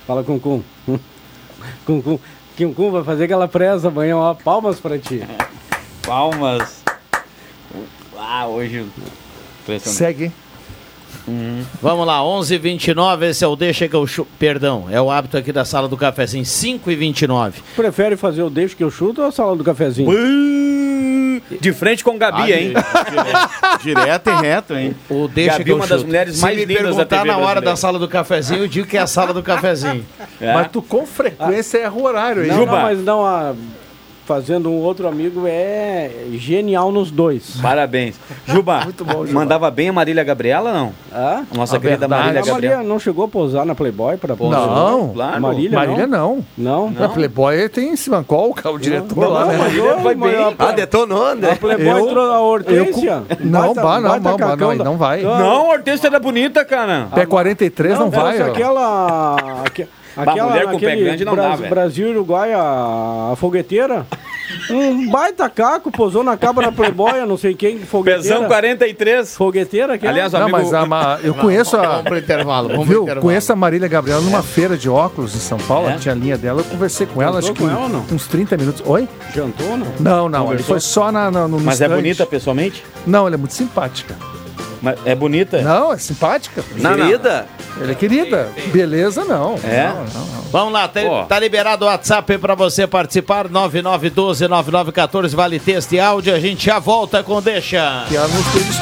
Speaker 4: Fala com Cum. Cum Cum. Kim Cum vai fazer aquela presa amanhã, ó. Palmas pra ti.
Speaker 9: Palmas. Ah, hoje. Impressionante.
Speaker 6: Segue, hein?
Speaker 3: Vamos lá, 11 h 29 esse é o Deixa que eu chuto. Perdão, é o hábito aqui da sala do cafezinho, 5 h 29
Speaker 4: Prefere fazer o deixo que eu chuto ou a sala do cafezinho?
Speaker 9: Bum! De frente com Gabi,
Speaker 2: Ah,
Speaker 9: hein?
Speaker 2: Direto e reto, hein?
Speaker 3: O deixa
Speaker 9: Gabi
Speaker 3: que
Speaker 9: é
Speaker 3: eu
Speaker 9: uma das
Speaker 3: chuto.
Speaker 9: mulheres mais
Speaker 3: Se me
Speaker 9: lindas da
Speaker 3: perguntar
Speaker 9: TV
Speaker 3: na hora
Speaker 9: brasileira.
Speaker 3: da sala do cafezinho, eu digo que é a sala do cafezinho.
Speaker 9: É.
Speaker 6: Mas tu com frequência erra é o horário, hein?
Speaker 4: Não,
Speaker 9: Juba.
Speaker 4: não, mas não, a- fazendo um outro amigo é genial nos dois.
Speaker 9: Parabéns. Juba, mandava bem a Marília Gabriela, não?
Speaker 4: Hã?
Speaker 9: Nossa querida
Speaker 4: A
Speaker 9: Marília Gabriela.
Speaker 4: Marília não chegou a posar na Playboy para
Speaker 6: Não,
Speaker 9: Claro.
Speaker 4: Marília,
Speaker 6: Marília não.
Speaker 4: não. Não.
Speaker 6: A Playboy tem Simancol, o diretor lá, né?
Speaker 9: Marília vai bem.
Speaker 10: Ah, detonou, né?
Speaker 4: A Playboy
Speaker 6: Eu-
Speaker 4: entrou na Hortência.
Speaker 6: Não,
Speaker 4: Baita-
Speaker 6: bah,
Speaker 4: baita
Speaker 6: não, não, bah, não,
Speaker 4: cacão
Speaker 6: aí
Speaker 4: da-
Speaker 6: não vai.
Speaker 9: Não, a Hortência era bonita, cara.
Speaker 6: Pé 43 não, vai,
Speaker 4: mas
Speaker 6: ó.
Speaker 4: Aquela. aque- Aquela
Speaker 9: mulher com
Speaker 4: naquele
Speaker 9: pé grande não dá, velho.
Speaker 4: Brasil e Uruguai, a, a fogueteira. Um baita caco posou na cabra Playboy, não sei quem, fogueteira.
Speaker 9: Pesão 43.
Speaker 4: Fogueteira, aquela.
Speaker 9: Aliás, o
Speaker 6: Não,
Speaker 9: amigo...
Speaker 6: mas a Ma- eu conheço a.
Speaker 3: Vamos pro intervalo, vamos pro
Speaker 6: Viu?
Speaker 3: intervalo.
Speaker 6: Conheço a Marília Gabriela numa feira de óculos em São Paulo, tinha a linha dela, eu conversei com ela, acho que
Speaker 4: com ela ou não?
Speaker 6: uns 30 minutos. Oi?
Speaker 4: Jantou, não?
Speaker 6: Não, não, ele
Speaker 9: Conversou?
Speaker 6: foi só na, na- no no
Speaker 9: Mas é
Speaker 6: stand.
Speaker 9: bonita pessoalmente?
Speaker 6: Não, ela é muito simpática.
Speaker 9: Mas é bonita?
Speaker 6: Não, é simpática.
Speaker 10: Na vida.
Speaker 6: Ela é querida. Beleza, não.
Speaker 9: É?
Speaker 6: Não, não, não.
Speaker 3: Vamos lá, tá,
Speaker 9: Ó.
Speaker 3: tá liberado o WhatsApp para você participar. 9912-9914, vale texto e áudio. A gente já volta com Deixa.
Speaker 6: Que ela não
Speaker 2: é
Speaker 6: fez isso.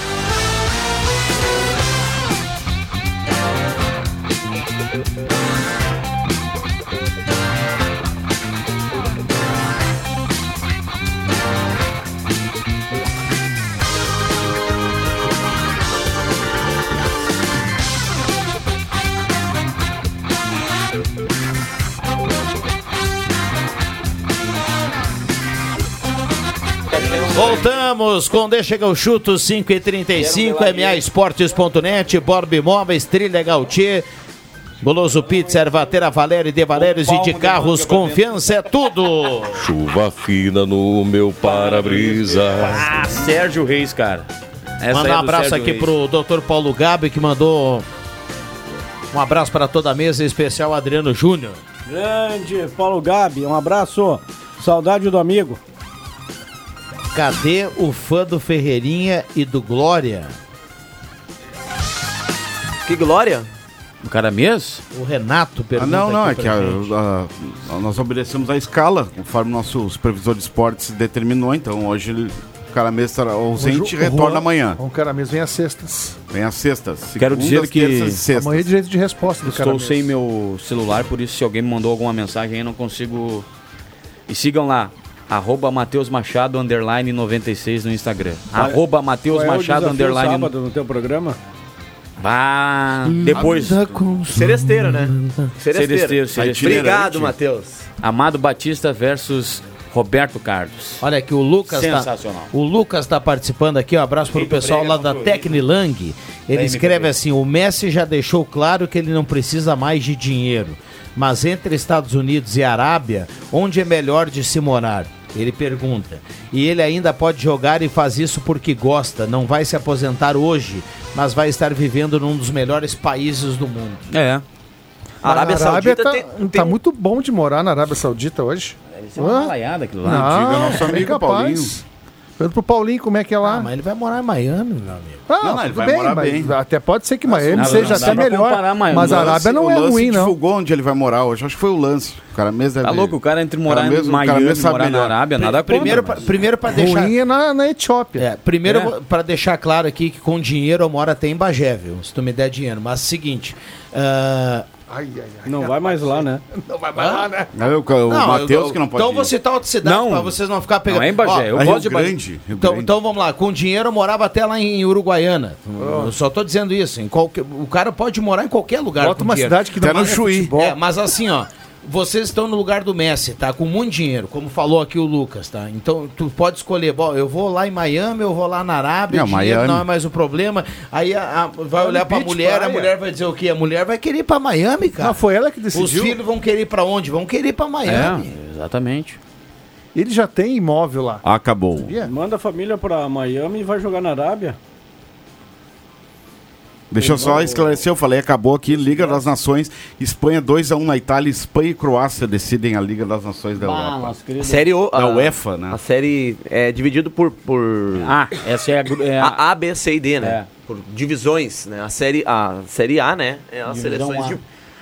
Speaker 3: Voltamos com Deixa que eu chuto 5 e 35 MA Esportes.net, Borb Imóveis, Trilha Gautier, Goloso Pizza, Ervatera Valério de Valérios e de Carros, confiança é tudo.
Speaker 11: Chuva fina no meu para-brisa.
Speaker 9: Ah, Sérgio Reis, cara. Essa
Speaker 3: Mandar
Speaker 9: é
Speaker 3: um
Speaker 9: do
Speaker 3: abraço
Speaker 9: Sérgio
Speaker 3: aqui
Speaker 9: Reis.
Speaker 3: pro Dr. Paulo Gabi que mandou um abraço para toda a mesa, em especial Adriano Júnior.
Speaker 4: Grande Paulo Gabi, um abraço. Saudade do amigo.
Speaker 3: Cadê o fã do Ferreirinha e do Glória?
Speaker 10: Que glória.
Speaker 9: O Um cara mesmo?
Speaker 3: O Renato
Speaker 2: Ah,
Speaker 3: pergunta
Speaker 2: não, não, é
Speaker 3: aqui
Speaker 2: que
Speaker 3: pra
Speaker 2: a-
Speaker 3: gente.
Speaker 2: a- a- nós obedecemos a escala, conforme o nosso supervisor de esportes determinou. Então, hoje ele- o cara mesmo estará ausente e retorna amanhã.
Speaker 6: O cara mesmo vem às sextas.
Speaker 2: Vem às sextas. Segundas,
Speaker 9: Quero dizer que
Speaker 2: terças e sextas.
Speaker 6: Amanhã é direito de resposta do cara
Speaker 9: Estou
Speaker 6: mesmo.
Speaker 9: sem meu celular, por isso se alguém me mandou alguma mensagem aí, não consigo... E sigam lá, arroba Matheus Machado, underline 96 no Instagram. Arroba Matheus
Speaker 4: Qual é o
Speaker 9: Machado,
Speaker 4: desafio
Speaker 9: underline... né?
Speaker 4: sábado no teu programa?
Speaker 9: Ah, depois...
Speaker 10: Seresteiro, né?
Speaker 9: Seresteiro,
Speaker 10: Seresteiro.
Speaker 9: seresteiro.
Speaker 10: Obrigado, Matheus.
Speaker 9: Amado Batista versus Roberto Carlos.
Speaker 3: Olha aqui, o Lucas tá,
Speaker 9: Sensacional.
Speaker 3: o Lucas tá participando aqui, um abraço pro pessoal lá da Tecnilang. Ele escreve assim: "O Messi já deixou claro que ele não precisa mais de dinheiro, mas entre Estados Unidos e Arábia, onde é melhor de se morar?" Ele pergunta. E ele ainda pode jogar e faz isso porque gosta, não vai se aposentar hoje, mas vai estar vivendo num dos melhores países do mundo.
Speaker 9: É.
Speaker 10: A Arábia
Speaker 6: A Arábia
Speaker 10: Saudita
Speaker 6: tá,
Speaker 10: tem, tem
Speaker 6: tá muito bom de morar na Arábia Saudita hoje.
Speaker 9: Isso é uma malaiada aquilo lá.
Speaker 6: Ah,
Speaker 2: diga nosso
Speaker 6: é
Speaker 2: amigo
Speaker 6: capaz.
Speaker 2: Paulinho.
Speaker 6: Pergunta pro Paulinho como é que é lá.
Speaker 3: Ah, mas ele vai morar em Miami, meu amigo.
Speaker 6: Ah,
Speaker 2: Não, não, ele
Speaker 6: tudo
Speaker 2: vai morar bem.
Speaker 6: Até pode ser que Miami
Speaker 9: não,
Speaker 6: seja
Speaker 9: não dá
Speaker 6: até
Speaker 9: pra
Speaker 6: melhor.
Speaker 9: comparar Miami.
Speaker 6: Mas a
Speaker 9: O lance-
Speaker 6: Arábia não
Speaker 2: o
Speaker 6: é
Speaker 2: lance
Speaker 6: ruim, não.
Speaker 2: divulgou onde ele vai morar hoje. Acho que foi o lance. O cara mesmo
Speaker 9: Tá
Speaker 2: deve-
Speaker 9: louco, o cara entre morar
Speaker 2: Cara
Speaker 9: em
Speaker 2: mesmo- o cara
Speaker 9: Miami e
Speaker 2: mesmo sabe
Speaker 9: morar na
Speaker 2: melhor.
Speaker 9: Arábia, nada contra,
Speaker 3: Primeiro, pra-
Speaker 9: mas-
Speaker 3: primeiro para deixar
Speaker 6: Ruim é na, na Etiópia.
Speaker 3: É, primeiro,
Speaker 9: É.
Speaker 3: para deixar claro aqui que com dinheiro eu moro até em Bagé, viu? Se tu me der dinheiro. Mas seguinte. ah,
Speaker 6: Ai, ai, ai.
Speaker 4: Não vai mais lá, né?
Speaker 2: Aí É, o, o
Speaker 3: não,
Speaker 2: Matheus
Speaker 3: eu-
Speaker 2: que não pode
Speaker 3: Então
Speaker 2: ir.
Speaker 3: vou citar outra cidade
Speaker 9: Não.
Speaker 3: para vocês não ficar pegando.
Speaker 9: Não é em Bagé, eu
Speaker 2: Ah,
Speaker 9: gosto
Speaker 2: Rio
Speaker 9: de Bagé.
Speaker 2: Grande. Rio
Speaker 3: Então,
Speaker 2: Grande.
Speaker 3: então vamos lá, com dinheiro eu morava até lá em Uruguaiana.
Speaker 9: Oh.
Speaker 3: Eu só tô dizendo isso. Em qualquer, o cara pode morar em qualquer lugar.
Speaker 6: Bota
Speaker 3: com
Speaker 6: uma
Speaker 3: dinheiro.
Speaker 6: cidade que
Speaker 2: Até
Speaker 6: não
Speaker 2: no
Speaker 6: é
Speaker 2: Chuí.
Speaker 6: futebol.
Speaker 3: um É, mas assim, ó. Vocês estão no lugar do Messi, tá? Com muito dinheiro, como falou aqui o Lucas, tá? Então tu pode escolher, bom, eu vou lá em Miami, eu vou lá na Arábia,
Speaker 2: Não,
Speaker 3: dinheiro
Speaker 2: Miami.
Speaker 3: não é mais o problema. Aí a- a- vai olhar pra
Speaker 6: Beach,
Speaker 3: mulher, a
Speaker 6: praia.
Speaker 3: mulher vai dizer o quê? A mulher vai querer ir pra Miami, cara.
Speaker 6: Não, foi ela que
Speaker 3: tá. Os
Speaker 6: decidiu.
Speaker 3: filhos vão querer ir pra onde? Vão querer ir pra Miami.
Speaker 9: É, exatamente.
Speaker 6: Ele já tem imóvel lá.
Speaker 2: Acabou.
Speaker 4: Manda a família pra Miami e vai jogar na Arábia.
Speaker 2: Deixa eu só esclarecer, eu falei, acabou aqui, Liga das Nações, Espanha 2x1 na Itália, Espanha e Croácia decidem a Liga das Nações da
Speaker 9: Ah,
Speaker 2: Europa.
Speaker 10: A série O.
Speaker 2: Da
Speaker 10: a-
Speaker 2: UEFA, né?
Speaker 10: A série é dividido por. por
Speaker 9: Ah, essa é a. gru- é a-
Speaker 10: a, A, B, C e D, né? Por divisões, né? A série A, série a né? É as
Speaker 9: Divisão
Speaker 10: seleções
Speaker 9: A.
Speaker 10: de.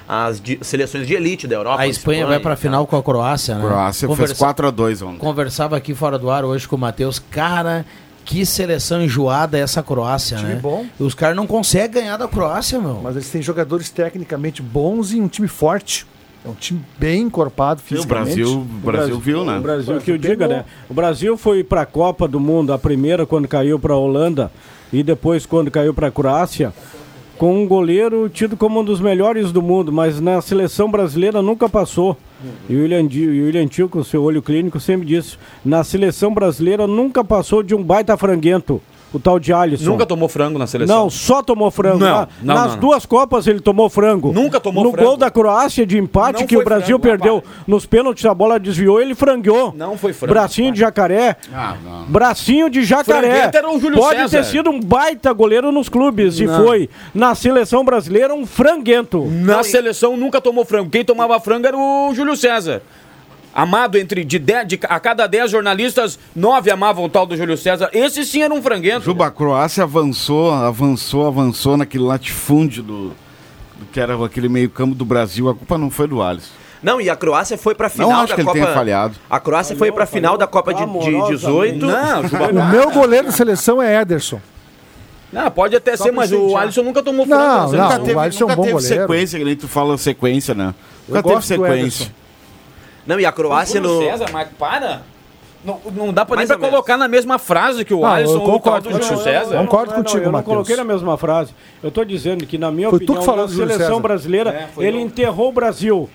Speaker 10: As di- seleções de elite da Europa.
Speaker 3: A Espanha vai pra final com a Croácia, né?
Speaker 2: Croácia fez
Speaker 3: Conversa-
Speaker 2: 4x2 ontem.
Speaker 3: Conversava aqui fora do ar hoje com o Matheus. Cara, que seleção enjoada é essa Croácia,
Speaker 6: Time
Speaker 3: né?
Speaker 6: bom.
Speaker 3: Os caras não conseguem ganhar da Croácia, meu.
Speaker 6: Mas eles têm jogadores tecnicamente bons e um time forte. É um time bem encorpado
Speaker 2: E o
Speaker 6: fisicamente.
Speaker 2: Brasil, o Brasil viu, né?
Speaker 4: O Brasil que o diga, né? O Brasil foi para a Copa do Mundo, a primeira quando caiu para a Holanda e depois quando caiu para a Croácia, com um goleiro tido como um dos melhores do mundo, mas na seleção brasileira nunca passou. E o William, Di- e o William Tio, com seu olho clínico, sempre disse: na seleção brasileira nunca passou de um baita franguento, o tal de Alisson.
Speaker 9: Nunca tomou frango na seleção.
Speaker 4: Não, só tomou frango.
Speaker 9: Não,
Speaker 4: Na-
Speaker 9: não,
Speaker 4: Nas
Speaker 9: não, não.
Speaker 4: duas Copas ele tomou frango.
Speaker 9: Nunca tomou
Speaker 4: no
Speaker 9: frango.
Speaker 4: No gol da Croácia de empate
Speaker 9: Não
Speaker 4: que
Speaker 9: foi
Speaker 4: o Brasil
Speaker 9: frango,
Speaker 4: perdeu
Speaker 9: rapaz.
Speaker 4: nos pênaltis, a bola desviou, ele frangueou.
Speaker 9: Não foi frango,
Speaker 4: Bracinho de jacaré.
Speaker 2: Ah, não.
Speaker 4: Bracinho de jacaré.
Speaker 9: Franguento era o Júlio
Speaker 4: Pode
Speaker 9: César.
Speaker 4: ter sido um baita goleiro nos clubes e foi na seleção brasileira um franguento.
Speaker 9: Na seleção nunca tomou frango. Quem tomava frango era o Júlio César. Amado entre de dez- de- a cada 10 jornalistas, nove amavam o tal do Júlio César. Esse sim era um franguento.
Speaker 2: Juba, a Croácia avançou, avançou, avançou naquele latifúndio do, do que era aquele meio-campo do Brasil. A culpa não foi do Alisson.
Speaker 10: Não, e a Croácia foi pra final
Speaker 2: acho
Speaker 10: da
Speaker 2: que ele
Speaker 10: Copa.
Speaker 2: tenha falhado.
Speaker 10: A Croácia foi pra final da Copa de, de
Speaker 4: amorosamente.
Speaker 10: 18.
Speaker 9: né? Não, Juba,
Speaker 6: O meu goleiro da seleção é Ederson.
Speaker 9: não, Ah, pode até ser, mas o Alisson né? nunca tomou
Speaker 6: Não,
Speaker 9: frango. na
Speaker 6: não.
Speaker 9: seleção.
Speaker 2: nunca Ah, teve,
Speaker 6: o Alisson é um
Speaker 2: nunca
Speaker 6: bom
Speaker 2: teve
Speaker 6: goleiro.
Speaker 2: sequência, que nem tu fala sequência, né? Nunca teve
Speaker 6: gosto do
Speaker 2: sequência.
Speaker 6: Ederson.
Speaker 10: Não, e a Croácia
Speaker 9: O Júlio
Speaker 10: no.
Speaker 9: César, mas para. Não, não dá pra nem
Speaker 10: Mais
Speaker 9: pra
Speaker 10: ou menos.
Speaker 9: colocar na mesma frase que o
Speaker 6: Ah, eu
Speaker 9: Alisson ou o tal
Speaker 6: concordo
Speaker 9: do Júlio
Speaker 6: contigo.
Speaker 9: César.
Speaker 6: Concordo.
Speaker 4: não,
Speaker 6: contigo,
Speaker 4: Eu não
Speaker 6: Matheus.
Speaker 4: coloquei na mesma frase. Eu estou dizendo que, na minha
Speaker 6: Foi tu
Speaker 4: opinião,
Speaker 6: que falou
Speaker 4: na
Speaker 6: do Júlio
Speaker 4: seleção
Speaker 6: César.
Speaker 4: brasileira,
Speaker 9: É,
Speaker 4: ele enterrou o Brasil.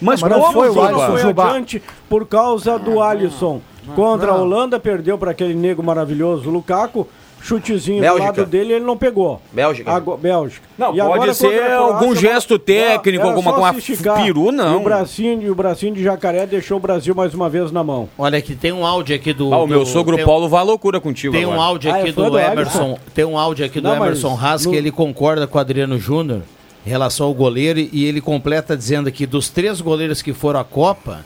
Speaker 9: Mas,
Speaker 6: Mas não
Speaker 9: como
Speaker 6: foi o
Speaker 9: Juba?
Speaker 4: Não
Speaker 6: Alisson.
Speaker 4: foi
Speaker 6: Jubá.
Speaker 4: adiante por causa do
Speaker 9: Ah,
Speaker 4: Alisson. Contra a Holanda, perdeu para aquele nego maravilhoso Lukaku. Chutezinho
Speaker 10: Bélgica.
Speaker 4: do lado dele, ele não pegou.
Speaker 10: Bélgica.
Speaker 4: Ago- Bélgica.
Speaker 9: Não, pode
Speaker 4: agora
Speaker 9: ser
Speaker 4: contra a Croácia,
Speaker 9: algum
Speaker 4: mas-
Speaker 9: gesto técnico,
Speaker 4: Era
Speaker 9: alguma
Speaker 4: só
Speaker 9: coisa. ah,
Speaker 4: se esticar.
Speaker 9: Peru, não.
Speaker 4: E o, bracinho, e o bracinho de jacaré deixou o Brasil mais uma vez na mão.
Speaker 3: Olha aqui, tem um áudio aqui do.
Speaker 9: Ah, o meu
Speaker 3: do-
Speaker 9: sogro
Speaker 3: tem- um-
Speaker 9: Paulo vai à loucura contigo
Speaker 3: Tem um
Speaker 9: agora.
Speaker 3: áudio
Speaker 4: Ah,
Speaker 3: aqui
Speaker 4: é fã
Speaker 3: do
Speaker 4: do
Speaker 3: Emerson.
Speaker 4: Alisson?
Speaker 3: Tem um áudio aqui do
Speaker 4: Não, mas
Speaker 3: Emerson Haas
Speaker 4: no-
Speaker 3: que ele concorda com o Adriano Júnior em relação ao goleiro e- e ele completa dizendo que dos três goleiros que foram à Copa,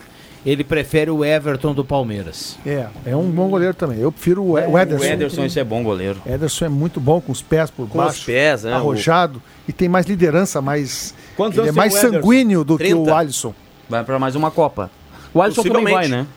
Speaker 3: ele prefere o Everton do Palmeiras.
Speaker 6: É, é um bom goleiro também. Eu prefiro o, E- o Ederson.
Speaker 9: O Ederson, esse é bom goleiro.
Speaker 6: Ederson é muito bom com os pés por
Speaker 10: Com
Speaker 6: baixo.
Speaker 10: os pés, né?
Speaker 6: Arrojado. E tem mais liderança, mais.
Speaker 9: Quantos
Speaker 6: ele é
Speaker 9: anos tem
Speaker 6: mais
Speaker 9: o Ederson?
Speaker 6: sanguíneo do que
Speaker 10: 30.
Speaker 6: o Alisson.
Speaker 9: Vai pra mais uma Copa. O Alisson também vai,
Speaker 10: Possivelmente.
Speaker 9: né?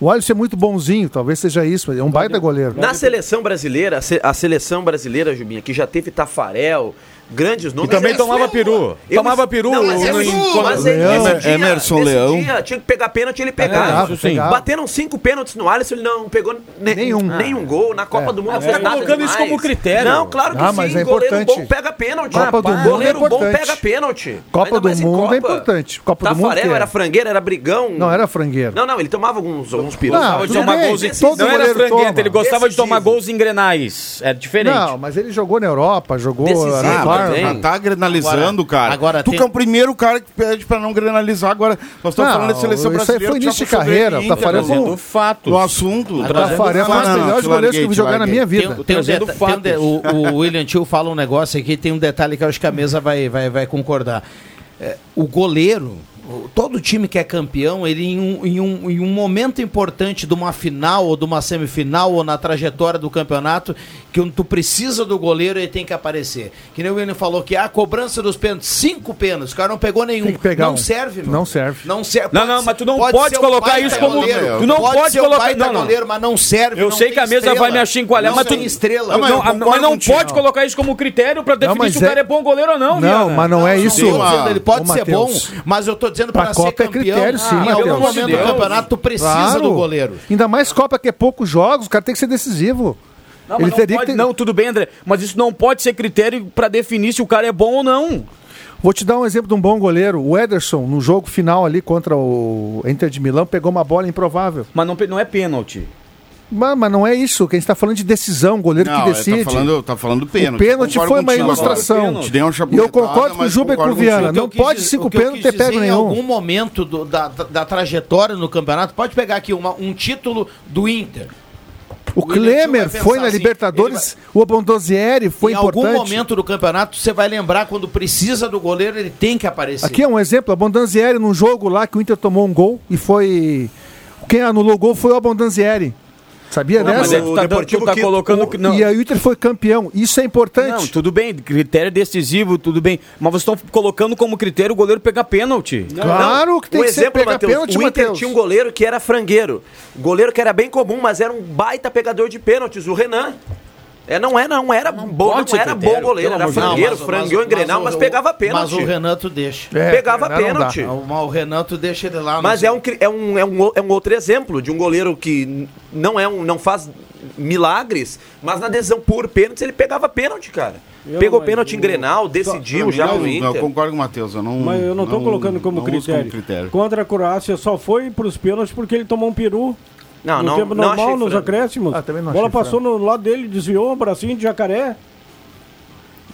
Speaker 6: O Alisson é muito bonzinho, talvez seja isso. É um baita goleiro.
Speaker 10: Na seleção brasileira, a se- a seleção brasileira, Jubinha, que já teve Tafarel, grandes nomes.
Speaker 9: também
Speaker 10: Mas
Speaker 9: tomava
Speaker 10: sua.
Speaker 9: peru. Tomava peru
Speaker 10: Não, mas é
Speaker 9: no-
Speaker 10: sua, mas é-
Speaker 2: Leão,
Speaker 10: nesse dia-
Speaker 2: Emerson
Speaker 10: nesse
Speaker 2: Leão.
Speaker 10: dia, tinha que pegar pênalti, ele
Speaker 9: Tá
Speaker 6: Pegava,
Speaker 10: pegava.
Speaker 9: isso sim.
Speaker 6: pegava.
Speaker 10: Bateram cinco pênaltis no Alisson, ele não pegou ne-
Speaker 6: Nenhum. É.
Speaker 10: nenhum gol. Na Copa do Mundo
Speaker 9: você tá
Speaker 10: nada
Speaker 9: colocando isso
Speaker 10: demais.
Speaker 9: como critério.
Speaker 10: Não, claro que
Speaker 6: Ah,
Speaker 10: sim.
Speaker 6: mas é
Speaker 10: Goleiro
Speaker 6: importante.
Speaker 10: bom pega pênalti.
Speaker 6: Copa do Mundo é
Speaker 10: Goleiro bom
Speaker 6: importante.
Speaker 10: pega pênalti.
Speaker 6: Copa
Speaker 10: Ainda
Speaker 6: do
Speaker 10: mais em
Speaker 6: Mundo é importante. Copa do Mundo
Speaker 10: Tafarel
Speaker 6: que é?
Speaker 10: era frangueiro, era brigão.
Speaker 6: Não era frangueiro.
Speaker 10: Não, não, ele tomava alguns, alguns pirus.
Speaker 6: Não,
Speaker 9: Gostava de
Speaker 6: tudo
Speaker 9: tomar
Speaker 6: bem,
Speaker 9: gols em...
Speaker 6: todo
Speaker 9: Não era
Speaker 6: goleiro
Speaker 9: frangueta,
Speaker 6: toma.
Speaker 9: ele gostava de
Speaker 10: Decisivo.
Speaker 9: tomar gols em grenais. É diferente.
Speaker 6: Não, mas ele jogou na Europa, jogou
Speaker 10: Decisivo
Speaker 2: Ah,
Speaker 6: Arabar.
Speaker 10: também.
Speaker 2: mas já tá granalizando,
Speaker 3: Agora-
Speaker 2: cara.
Speaker 3: agora
Speaker 2: tu
Speaker 3: tem-
Speaker 2: que é o primeiro cara que pede pra não granalizar. Agora, nós estamos
Speaker 6: Não,
Speaker 2: falando de seleção
Speaker 6: isso aí
Speaker 2: brasileira.
Speaker 6: foi
Speaker 2: tu já
Speaker 6: início de
Speaker 2: falou sobre
Speaker 6: carreira, o
Speaker 2: Inter,
Speaker 6: Tafarel foi um-
Speaker 2: trazendo
Speaker 9: fatos.
Speaker 2: do assunto.
Speaker 6: O Tafarel foi um dos melhores goleiros que eu vi jogar na minha vida.
Speaker 3: Tem um
Speaker 9: Trazendo
Speaker 3: deta- tem um de-
Speaker 9: fatos.
Speaker 3: o, o William Tio fala um negócio aqui, tem um detalhe que eu acho que a mesa vai, vai, vai concordar. É, o goleiro, o- todo time que é campeão, ele em um, em, um, em um momento importante de uma final ou de uma semifinal ou na trajetória do campeonato, que um- tu precisa do goleiro, ele tem que aparecer. Que nem o William falou que a cobrança dos pênaltis, cinco pênaltis, o cara não pegou nenhum.
Speaker 6: Tem que pegar
Speaker 3: não
Speaker 6: um.
Speaker 3: serve, meu.
Speaker 6: Não serve.
Speaker 3: Não serve.
Speaker 9: Não,
Speaker 3: Pode
Speaker 9: não,
Speaker 3: ser-
Speaker 9: mas tu não pode
Speaker 3: ser um
Speaker 9: colocar
Speaker 3: baita
Speaker 9: isso como-
Speaker 3: goleiro.
Speaker 9: tu não pode
Speaker 3: ser um
Speaker 9: colocar-
Speaker 3: baita
Speaker 9: não, não.
Speaker 3: goleiro, mas não serve.
Speaker 9: Eu
Speaker 3: não
Speaker 9: sei
Speaker 3: tem
Speaker 9: que a mesa
Speaker 3: estrela.
Speaker 9: vai me achincoalhar,
Speaker 3: Não
Speaker 9: mas tu.
Speaker 3: tem estrela.
Speaker 9: Não,
Speaker 2: mas eu
Speaker 9: não,
Speaker 2: concordo
Speaker 9: mas não
Speaker 2: contigo,
Speaker 9: pode
Speaker 2: não.
Speaker 9: colocar isso como critério pra definir
Speaker 6: mas
Speaker 9: se o cara é...
Speaker 6: é
Speaker 9: bom goleiro ou não,
Speaker 6: Não,
Speaker 9: Viana.
Speaker 6: mas não é isso.
Speaker 3: Não tô dizendo, ele pode
Speaker 6: Ô,
Speaker 3: ser bom,
Speaker 6: Matheus.
Speaker 3: mas eu tô dizendo
Speaker 6: Pra
Speaker 3: para ser
Speaker 6: Copa é
Speaker 3: campeão.
Speaker 6: critério, sim,
Speaker 3: em
Speaker 6: Matheus.
Speaker 3: algum momento
Speaker 9: Deus.
Speaker 3: do campeonato tu precisa do goleiro.
Speaker 6: Ainda mais Copa que é poucos jogos, o cara tem que ser decisivo.
Speaker 9: Não, mas
Speaker 6: ele
Speaker 9: não
Speaker 6: teria
Speaker 9: pode-
Speaker 6: que ter-
Speaker 9: não, tudo bem, André. Mas isso não pode ser critério pra definir se o cara é bom ou não.
Speaker 6: Vou te dar um exemplo de um bom goleiro. O Ederson, no jogo final ali contra o Inter de Milão, pegou uma bola improvável.
Speaker 9: Mas não, pe- não é pênalti.
Speaker 6: Mas, mas não é isso, que a gente tá falando de decisão, goleiro
Speaker 2: Não,
Speaker 6: que
Speaker 2: ele
Speaker 6: decide.
Speaker 2: Tá falando, tá falando do pênalti.
Speaker 6: O pênalti
Speaker 2: Concordo
Speaker 6: foi uma
Speaker 2: contigo agora.
Speaker 6: ilustração.
Speaker 2: Te dei uma
Speaker 6: E eu
Speaker 2: chapuletada,
Speaker 6: concordo com o
Speaker 2: mas
Speaker 6: Juba e com o
Speaker 2: concordo
Speaker 6: Viana.
Speaker 2: contigo.
Speaker 3: que eu
Speaker 6: Não
Speaker 3: quis
Speaker 6: pode
Speaker 3: dizer-
Speaker 6: se com
Speaker 3: o
Speaker 6: o
Speaker 3: que eu
Speaker 6: pênalti
Speaker 3: quis
Speaker 6: ter pego
Speaker 3: dizer, Em algum
Speaker 6: nenhum.
Speaker 3: momento do- da, da- da trajetória no campeonato, pode pegar aqui uma- um título do Inter.
Speaker 6: O Klemer
Speaker 3: vai
Speaker 6: foi
Speaker 3: pensar
Speaker 6: na
Speaker 3: assim,
Speaker 6: Libertadores, o Abondozieri foi
Speaker 3: em
Speaker 6: importante.
Speaker 3: algum momento do campeonato, você vai lembrar quando precisa do goleiro, ele tem que aparecer.
Speaker 6: Aqui é um exemplo, o Abondanzieri num jogo lá que o Inter tomou um gol e foi... Quem anulou o gol foi o Abondanzieri. Sabia
Speaker 9: Não,
Speaker 6: dessa?
Speaker 9: mas é que tu tá dando- tu tá colocando que não-
Speaker 6: E aí o Inter foi campeão. Isso é importante.
Speaker 9: Não, tudo bem, critério é decisivo, tudo bem. Mas vocês estão colocando como critério o goleiro pegar pênalti.
Speaker 6: Claro que tem
Speaker 10: um
Speaker 6: que ser
Speaker 10: exemplo,
Speaker 6: pegar
Speaker 10: Matheus,
Speaker 6: pênalti,
Speaker 10: O Inter
Speaker 6: Matheus.
Speaker 10: tinha um goleiro que era frangueiro. Goleiro que era bem comum, mas era um baita pegador de pênaltis, o Renan. É, não era, não era bom,
Speaker 3: pode
Speaker 10: não
Speaker 3: ser
Speaker 10: era
Speaker 3: critério,
Speaker 10: bom goleiro,
Speaker 3: pelo amor
Speaker 10: era
Speaker 3: de Deus.
Speaker 10: frangueiro,
Speaker 3: Não, mas-
Speaker 10: frangueou em
Speaker 3: mas-
Speaker 10: Grenal,
Speaker 3: mas
Speaker 10: mas
Speaker 3: o-
Speaker 10: pegava
Speaker 3: Mas
Speaker 10: pênalti.
Speaker 3: o Renan um tu deixa.
Speaker 10: É, Pegava Renan não dá. pênalti.
Speaker 3: O, o Renan tu deixa ele lá.
Speaker 10: Mas é um, cri- é, um, é, um, o- é um outro exemplo de um goleiro que n- não é um não faz milagres, mas na decisão por pênalti ele pegava pênalti, cara. Pegou pênalti em Grenal, decidiu já
Speaker 2: não,
Speaker 10: no
Speaker 2: Eu
Speaker 10: Inter.
Speaker 2: concordo com o Matheus, eu não.
Speaker 9: Hum,
Speaker 4: Mas eu não estou colocando como
Speaker 2: não uso
Speaker 4: critério. Contra a Croácia só foi para os pênaltis porque ele tomou um peru. no
Speaker 10: Não, não-
Speaker 4: tempo
Speaker 10: não
Speaker 4: normal,
Speaker 10: achei
Speaker 4: nos
Speaker 10: frango.
Speaker 4: acréscimos.
Speaker 6: Ah, também não
Speaker 4: a bola
Speaker 6: achei
Speaker 4: passou no lado dele, desviou um bracinho de jacaré.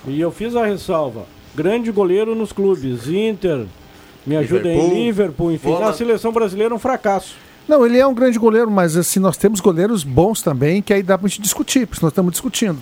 Speaker 4: E eu fiz a ressalva. Grande goleiro nos clubes. Inter, me ajuda
Speaker 10: Liverpool,
Speaker 4: em Liverpool, enfim.
Speaker 10: bola.
Speaker 4: Na seleção brasileira um fracasso.
Speaker 6: Não, ele é um grande goleiro, mas assim, nós temos goleiros bons também, que aí dá pra gente discutir, porque nós estamos discutindo.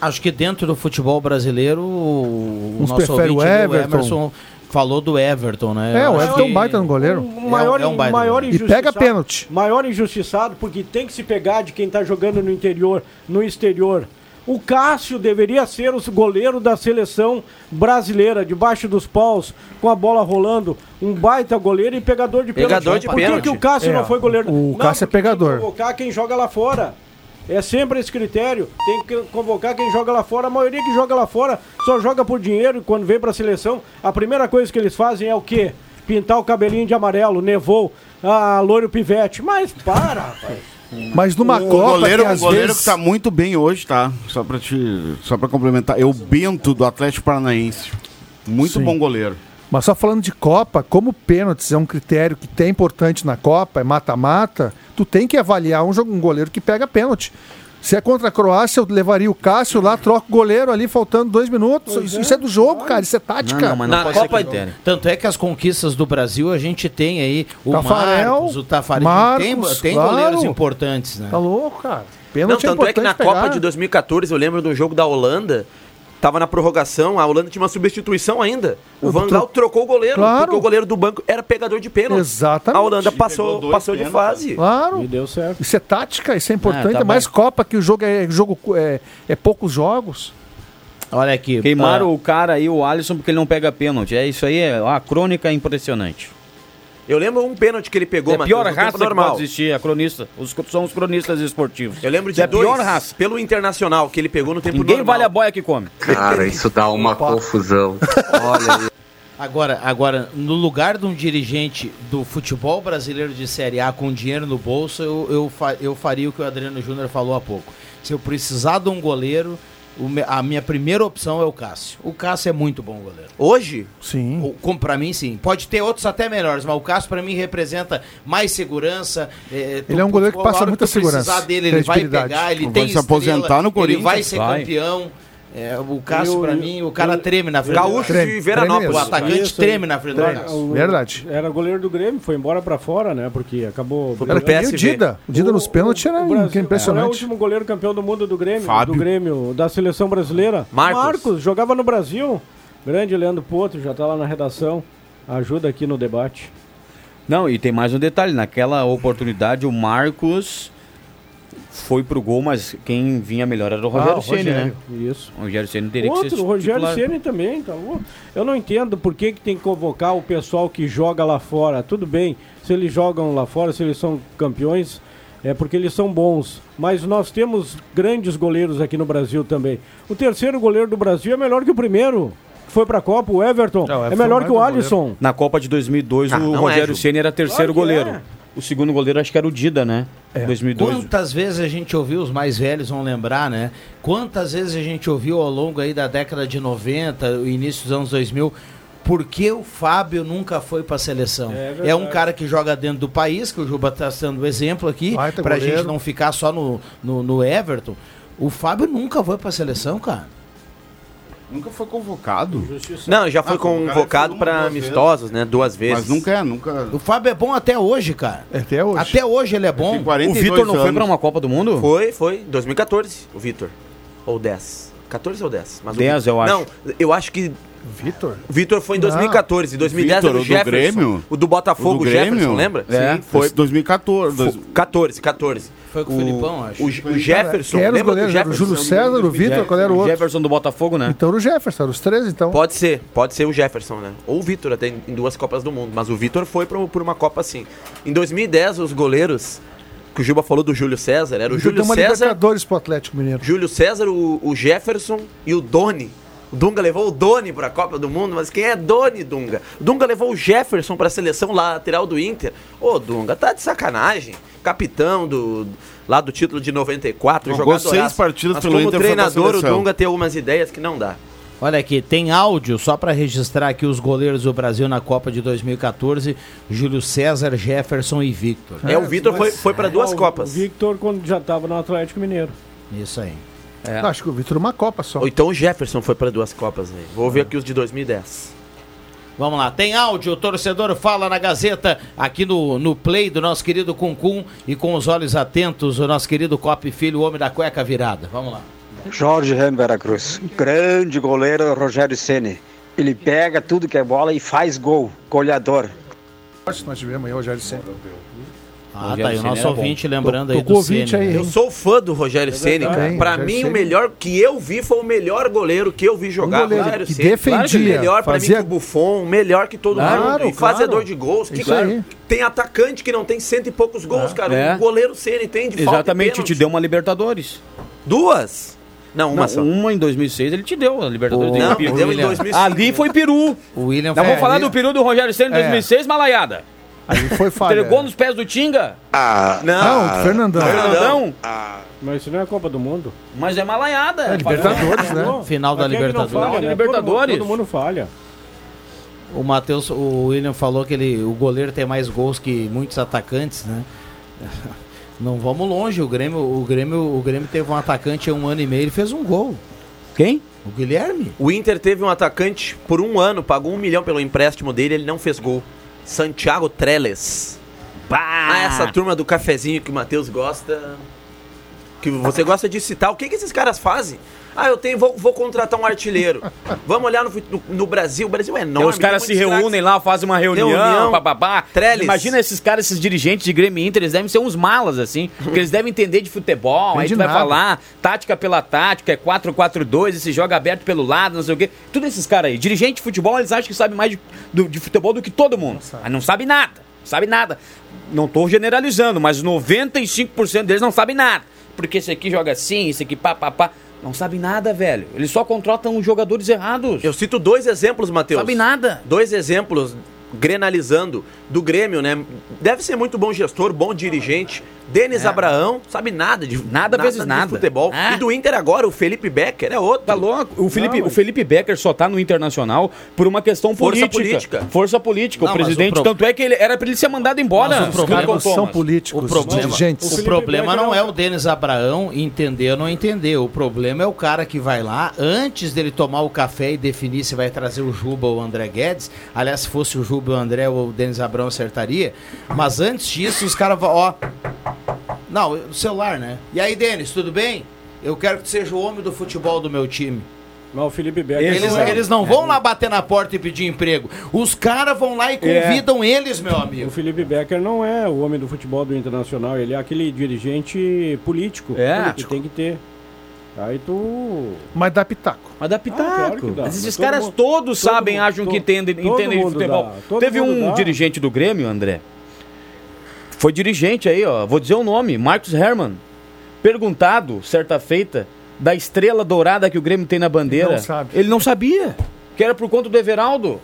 Speaker 3: Acho que dentro do futebol brasileiro, o
Speaker 6: Uns
Speaker 3: nosso
Speaker 6: preferem
Speaker 3: ouvinte,
Speaker 6: o
Speaker 3: o
Speaker 6: Everton.
Speaker 3: Emerson, falou do Everton, né?
Speaker 6: É,
Speaker 3: Eu
Speaker 6: o
Speaker 3: acho
Speaker 6: Everton é um
Speaker 3: que-
Speaker 6: baita no goleiro.
Speaker 3: um-
Speaker 4: O maior,
Speaker 3: é um baita
Speaker 4: maior
Speaker 6: E
Speaker 4: injustiçado.
Speaker 6: pega pênalti.
Speaker 4: Maior injustiçado, porque tem que se pegar de quem tá jogando no interior, no exterior. O Cássio deveria ser o goleiro da seleção brasileira, debaixo dos paus, com a bola rolando. Um baita goleiro e pegador de pênalti.
Speaker 10: Pegador de
Speaker 4: Por que
Speaker 10: pênalti.
Speaker 4: que o Cássio
Speaker 6: É,
Speaker 4: não foi goleiro?
Speaker 6: o
Speaker 4: Não,
Speaker 6: Cássio é
Speaker 4: porque tem que
Speaker 6: pegador.
Speaker 4: convocar quem joga lá fora. É sempre esse critério. Tem que convocar quem joga lá fora. A maioria que joga lá fora só joga por dinheiro e quando vem pra seleção, a primeira coisa que eles fazem é o quê? Pintar o cabelinho de amarelo, nevou, ah, loiro pivete. Mas para, rapaz.
Speaker 6: Mas numa
Speaker 2: O
Speaker 6: Copa,
Speaker 2: goleiro,
Speaker 6: que
Speaker 2: o
Speaker 6: às
Speaker 2: goleiro
Speaker 6: vezes...
Speaker 2: que tá muito bem hoje, tá? Só pra, te, só pra complementar. É o Bento, do Atlético Paranaense. Muito bom goleiro.
Speaker 6: Mas só falando de Copa, como pênaltis é um critério que é importante na Copa, é mata-mata, tu tem que avaliar um, jogo, um goleiro que pega pênalti. Se é contra a Croácia, eu levaria o Cássio lá, troca o goleiro ali, faltando dois minutos. Isso, isso é do jogo, cara, isso é tática.
Speaker 9: Não, não, mas não
Speaker 10: Na
Speaker 9: pode ser
Speaker 10: Copa-
Speaker 9: critério.
Speaker 3: Tanto é que as conquistas do Brasil, a gente tem aí o
Speaker 6: Tafarel,
Speaker 3: Marcos, o Tafarel.
Speaker 6: Marcos,
Speaker 3: tem tem
Speaker 6: claro.
Speaker 3: goleiros importantes, né?
Speaker 6: Tá louco, cara.
Speaker 10: Não,
Speaker 6: Pênalti é
Speaker 10: tanto é
Speaker 6: importante
Speaker 10: que na
Speaker 6: pegar.
Speaker 10: Copa de 2014, eu lembro de um jogo da Holanda, tava na prorrogação, a Holanda tinha uma substituição ainda. O Van Gaal trocou o goleiro,
Speaker 6: Claro.
Speaker 10: porque o goleiro do banco era pegador de pênalti.
Speaker 6: Exatamente. Ah.
Speaker 10: A Holanda
Speaker 2: pegou
Speaker 10: passou,
Speaker 2: dois
Speaker 10: passou de
Speaker 2: pênaltis,
Speaker 10: fase.
Speaker 6: Claro.
Speaker 4: E deu certo.
Speaker 6: Isso é tática, isso é importante.
Speaker 9: Ah, tá
Speaker 6: é mais
Speaker 9: bem.
Speaker 6: Copa que o jogo é jogo é, é poucos jogos.
Speaker 3: Olha aqui.
Speaker 9: Queimaram o cara aí, o Alisson, porque ele não pega pênalti. É isso aí, é a crônica é impressionante.
Speaker 10: Eu lembro um pênalti que ele pegou,
Speaker 9: é a
Speaker 10: Matheus,
Speaker 9: pior
Speaker 10: no tempo
Speaker 9: raça que pode existir, a cronista. Os, cro- são os cronistas esportivos.
Speaker 10: Eu lembro de
Speaker 9: é a
Speaker 10: dois
Speaker 9: pior raça.
Speaker 10: pelo Internacional que ele pegou no tempo
Speaker 9: Ninguém
Speaker 10: normal.
Speaker 9: vale a boia que come.
Speaker 12: Cara, isso dá uma confusão. Olha,
Speaker 3: ah, Agora, agora, no lugar de um dirigente do futebol brasileiro de Série A com dinheiro no bolso, eu, eu, fa- eu faria o que o Adriano Júnior falou há pouco. Se eu precisar de um goleiro, o me- a minha primeira opção é o Cássio. O Cássio é muito bom goleiro.
Speaker 10: Hoje,
Speaker 6: Sim.
Speaker 3: O- com- Pra mim, sim. Pode ter outros até melhores, mas o Cássio, pra mim, representa mais segurança. eh, tu-
Speaker 6: Ele é um goleiro que
Speaker 3: a hora
Speaker 6: passa muita
Speaker 3: tu precisar
Speaker 6: segurança,
Speaker 3: Dele, ele vai
Speaker 6: credibilidade.
Speaker 3: pegar, ele
Speaker 2: Vai
Speaker 3: tem
Speaker 2: se aposentar no
Speaker 3: Ele vai
Speaker 2: Corinthians.
Speaker 3: ser
Speaker 9: Vai.
Speaker 3: campeão. É, o Cássio,
Speaker 4: Eu-
Speaker 3: pra
Speaker 4: eu-
Speaker 3: mim, o cara treme na frente. do
Speaker 10: Gaúcho
Speaker 6: Treme,
Speaker 10: e
Speaker 3: Cássio. O
Speaker 10: Veranópolis.
Speaker 6: treme
Speaker 3: atacante
Speaker 4: Isso aí.
Speaker 3: treme na frente do
Speaker 4: Era-
Speaker 3: Cássio.
Speaker 4: o-
Speaker 6: Verdade.
Speaker 4: Era goleiro do Grêmio, foi embora pra fora, né? Porque acabou.
Speaker 10: pro
Speaker 4: brilhando.
Speaker 10: PSV.
Speaker 6: E o Dida, o Dida nos pênaltis era
Speaker 4: o Brasil- Qual é o
Speaker 6: impressionante.
Speaker 4: último goleiro campeão do mundo do Grêmio,
Speaker 2: Fábio.
Speaker 4: do Grêmio, da seleção brasileira?
Speaker 10: Marcos.
Speaker 4: jogava no Brasil. Grande Leandro Potro, já tá lá na redação. Ajuda aqui no debate.
Speaker 9: Não, e tem mais um detalhe. Naquela oportunidade, o Marcos foi pro gol, mas quem vinha melhor era o Rogério Ceni, né?
Speaker 4: Ah, Isso.
Speaker 9: O Rogério Ceni teria que ser
Speaker 4: Outro, o Rogério
Speaker 9: titular.
Speaker 4: Ceni também, tá louco? Eu não entendo por que, que tem que convocar o pessoal que joga lá fora. Tudo bem, se eles jogam lá fora, se eles são campeões, é porque eles são bons. Mas nós temos grandes goleiros aqui no Brasil também. O terceiro goleiro do Brasil é melhor que o primeiro, que foi pra Copa, o Everton.
Speaker 6: Não, o
Speaker 4: é
Speaker 6: Everton
Speaker 4: melhor
Speaker 6: é
Speaker 4: que o
Speaker 6: um baita
Speaker 4: Alisson.
Speaker 9: Na Copa de 2002,
Speaker 10: Ah,
Speaker 9: o
Speaker 10: não é,
Speaker 9: Rogério
Speaker 10: Ju.
Speaker 9: Ceni era terceiro
Speaker 4: Claro que
Speaker 9: goleiro.
Speaker 4: é.
Speaker 9: O segundo goleiro acho que era o Dida, né? 2002.
Speaker 3: Quantas vezes a gente ouviu, os mais velhos vão lembrar, né? Quantas vezes a gente ouviu ao longo aí da década de 90, o início dos anos 2000, por que o Fábio nunca foi para a seleção?
Speaker 4: É
Speaker 3: É,
Speaker 4: verdade.
Speaker 3: um cara que joga dentro do país, que o Juba está sendo o exemplo aqui,
Speaker 6: Baita
Speaker 3: para a
Speaker 6: goleiro.
Speaker 3: gente não ficar só no, no, no Everton. O Fábio nunca foi para a seleção, cara.
Speaker 2: Nunca foi convocado?
Speaker 10: Não, já foi
Speaker 2: Ah,
Speaker 10: convocado para amistosos, né? Duas vezes.
Speaker 2: Mas nunca é, nunca.
Speaker 13: O Fábio é bom até hoje, cara.
Speaker 6: É Até hoje.
Speaker 13: Até hoje ele é bom.
Speaker 10: O
Speaker 13: Vitor
Speaker 10: Vitor não foi pra
Speaker 9: uma Copa do Mundo?
Speaker 10: Foi, foi. 2014, o Vitor. Ou 10. 14 ou 10? Mas o
Speaker 9: 10,
Speaker 10: Vitor-
Speaker 9: eu acho.
Speaker 10: Não, eu acho que.
Speaker 6: Vitor?
Speaker 10: Vitor foi em
Speaker 2: Não.
Speaker 10: 2014. 2010
Speaker 2: Vitor,
Speaker 10: era o
Speaker 2: o do
Speaker 10: Jefferson.
Speaker 2: Grêmio?
Speaker 10: O do Botafogo,
Speaker 2: O do
Speaker 10: o Jefferson,
Speaker 2: Grêmio?
Speaker 10: lembra?
Speaker 2: É,
Speaker 10: foi.
Speaker 2: esse 2014. dois-
Speaker 10: 14, 14.
Speaker 13: Foi
Speaker 10: com
Speaker 9: o Felipão, acho.
Speaker 10: O,
Speaker 9: Foi,
Speaker 10: Jefferson,
Speaker 6: Quem era os
Speaker 10: lembra do
Speaker 6: goleiros? Era o
Speaker 10: Jefferson?
Speaker 6: Júlio César, o Vitor, qual era o outro?
Speaker 9: Jefferson do Botafogo, né?
Speaker 6: Então era o Jefferson, eram os três, então.
Speaker 10: Pode ser, pode ser o Jefferson, né? Ou o Vitor, até em em duas Copas do Mundo. Mas o Vitor foi pra- por uma Copa assim. Em 2010, os goleiros, que o Juba falou do Júlio César, era o Júlio
Speaker 6: Tem Então uma
Speaker 10: César,
Speaker 6: Libertadores pro Atlético Mineiro.
Speaker 10: Júlio César, o, o Jefferson e o Doni. O Dunga levou o Doni pra Copa do Mundo, mas quem é Doni, Dunga? O Dunga levou o Jefferson pra seleção lateral do Inter. Ô, Dunga, tá de sacanagem. Capitão do, lá do título de 94,
Speaker 2: Jogou
Speaker 10: jogadoraço.
Speaker 2: seis partidas
Speaker 10: mas
Speaker 2: pelo
Speaker 10: como
Speaker 2: Inter, foi pra
Speaker 10: treinador, o
Speaker 2: seleção.
Speaker 10: Dunga tem algumas ideias que não dá.
Speaker 13: Olha aqui, tem áudio só para registrar aqui os goleiros do Brasil na Copa de 2014, Júlio César, Jefferson e Victor.
Speaker 10: É, o Vitor foi, foi para duas
Speaker 4: É, O
Speaker 10: Copas.
Speaker 4: Victor, quando já estava no Atlético Mineiro.
Speaker 13: Isso aí.
Speaker 10: É.
Speaker 6: Não, acho que o Vitor uma Copa só.
Speaker 10: Ou então o Jefferson foi para duas Copas, né? Vou ver aqui os de 2010.
Speaker 3: Vamos lá, tem áudio, o torcedor fala na Gazeta, aqui no, no play do nosso querido Cuncum e com os olhos atentos, o nosso querido Cop Filho, o homem da cueca virada. Vamos lá.
Speaker 14: Jorge Ren Veracruz, grande goleiro Rogério Ceni. Ele pega tudo que é bola e faz gol, goleador.
Speaker 6: Acho que nós tivemos aí o Rogério Senna.
Speaker 3: Ah, tá aí o nosso ouvinte lembrando aí
Speaker 6: é Tô com
Speaker 3: do
Speaker 6: o ouvinte
Speaker 3: Ceni,
Speaker 6: aí,
Speaker 3: né?
Speaker 10: Eu sou fã do Rogério Ceni, cara.
Speaker 6: Tem,
Speaker 10: Pra
Speaker 6: É Rogério
Speaker 10: mim, o
Speaker 6: Ceni. Um
Speaker 10: melhor que eu vi foi o melhor goleiro que eu vi jogar.
Speaker 6: goleiro
Speaker 10: Rogério
Speaker 6: que
Speaker 10: Ceni.
Speaker 6: defendia,
Speaker 10: melhor pra
Speaker 6: fazia-
Speaker 10: mim que o Buffon, melhor que todo
Speaker 6: Claro,
Speaker 10: mundo. E
Speaker 6: claro.
Speaker 10: fazedor de gols. Que
Speaker 6: Isso aí.
Speaker 10: Tem atacante que não tem cento e poucos gols, cara.
Speaker 9: É.
Speaker 10: O goleiro Ceni tem de falta e
Speaker 9: Exatamente, te
Speaker 10: pênalti.
Speaker 9: deu um- uma Libertadores.
Speaker 10: Duas? Não, uma só.
Speaker 9: Uma em 2006 ele te deu a Libertadores.
Speaker 10: Pô,
Speaker 9: Ele
Speaker 10: não,
Speaker 9: peru.
Speaker 10: deu em 2006.
Speaker 9: Ali foi peru.
Speaker 3: O William
Speaker 9: Nós
Speaker 3: foi-
Speaker 9: vamos falar
Speaker 3: é,
Speaker 9: do peru do Rogério Senna em
Speaker 3: É.
Speaker 9: 2006, malaiada.
Speaker 6: Aí foi falha.
Speaker 9: Entregou nos pés do Tinga.
Speaker 12: Ah,
Speaker 6: Não, o Fernandão.
Speaker 9: Fernandão.
Speaker 4: Mas isso não é a Copa do Mundo.
Speaker 9: Mas é malaiada.
Speaker 4: É, Libertadores, né?
Speaker 3: Final da
Speaker 4: Mas quem que não
Speaker 3: Libertadores.
Speaker 4: falha,
Speaker 9: Final da
Speaker 4: né?
Speaker 9: Libertadores.
Speaker 4: Todo mundo falha.
Speaker 3: O Matheus, o William falou que ele, o goleiro tem mais gols que muitos atacantes, né? Não vamos longe, o Grêmio, o Grêmio, o Grêmio teve um atacante há um ano e meio, ele fez um gol.
Speaker 9: Quem?
Speaker 3: O Guilherme.
Speaker 10: O Inter teve um atacante por um ano, pagou um milhão pelo empréstimo dele, ele não fez gol. Santiago Treles. Ah, essa turma do cafezinho que o Matheus gosta. Que você gosta de citar. O que, que esses caras fazem? Ah, eu tenho, vou, vou contratar um artilheiro. Vamos olhar no, fut- no- no Brasil. O Brasil é enorme.
Speaker 9: Então os caras se
Speaker 10: tem muitos
Speaker 9: reúnem lá, fazem uma reunião,
Speaker 10: Reunião.
Speaker 9: papapá.
Speaker 10: Trellis.
Speaker 9: Imagina esses caras, esses dirigentes de Grêmio e Inter, eles devem ser uns malas, assim. Porque eles devem entender é de futebol, aí
Speaker 10: Entende
Speaker 9: tu vai
Speaker 10: nada.
Speaker 9: falar tática pela tática, é 4-4-2, esse joga aberto pelo lado, não sei o quê. Tudo esses caras aí. Dirigente de futebol, eles acham que sabem mais de, do- de futebol do que todo mundo. Mas não sabe nada, não sabe nada. Não tô generalizando, mas 95% deles não sabem nada. Porque esse aqui joga assim, esse aqui pá, pá, pá. Não sabe nada, velho. Eles só contratam os jogadores errados.
Speaker 10: Eu cito dois exemplos, Matheus.
Speaker 9: Sabe nada.
Speaker 10: Dois exemplos, grenalizando, do Grêmio, né? Deve ser muito bom gestor, bom dirigente. Denis Abraão, sabe nada de
Speaker 9: É. Nada vezes nada.
Speaker 10: De futebol.
Speaker 9: Ah.
Speaker 10: E do Inter agora, o Felipe Becker é outro.
Speaker 9: Tá louco? O Felipe, o Felipe Becker só tá no Internacional por uma questão
Speaker 10: Força
Speaker 9: política.
Speaker 10: política.
Speaker 9: Força política.
Speaker 3: Não,
Speaker 9: o
Speaker 3: mas
Speaker 9: presidente,
Speaker 3: o pro-
Speaker 9: tanto é que ele era pra ele ser mandado embora.
Speaker 3: Mas o problema-
Speaker 9: Michael
Speaker 3: são
Speaker 9: Thomas.
Speaker 6: políticos,
Speaker 3: O problema,
Speaker 6: dirigentes.
Speaker 3: o problema não é o Denis Abraão entender ou não entender. O problema é o cara que vai lá, antes dele tomar o café e definir se vai trazer o Juba ou o André Guedes. Aliás, se fosse o Juba, o André ou o Denis Abraão acertaria. Mas antes disso, os caras vão, ó. Não, o celular, né? E aí, Denis, tudo bem? Eu quero que tu seja o homem do futebol do meu time.
Speaker 4: Mas o Felipe Becker. é.
Speaker 3: Eles, eles não É. vão lá bater na porta e pedir emprego. Os caras vão lá e convidam eles, meu amigo.
Speaker 4: O Felipe Becker não é o homem do futebol do Internacional, ele é aquele dirigente político.
Speaker 9: É.
Speaker 4: Que tem que ter. Aí tu.
Speaker 6: Mas dá pitaco.
Speaker 9: Mas dá pitaco.
Speaker 4: claro que dá.
Speaker 9: Mas esses
Speaker 4: Mas todo
Speaker 9: caras
Speaker 4: mundo-
Speaker 9: todos
Speaker 4: todo
Speaker 9: sabem,
Speaker 4: mundo-
Speaker 9: acham que
Speaker 4: todo-
Speaker 9: entendem,
Speaker 4: todo
Speaker 9: entendem de
Speaker 4: mundo
Speaker 9: futebol.
Speaker 4: dá, todo
Speaker 9: Teve
Speaker 4: mundo
Speaker 9: um
Speaker 4: dá.
Speaker 9: dirigente do Grêmio, André. Foi dirigente aí, ó. Vou dizer o nome, Marcos Herman. Perguntado, certa feita, da estrela dourada que o Grêmio tem na bandeira.
Speaker 6: Não sabe.
Speaker 9: Ele não sabia. Que era por conta do Everaldo.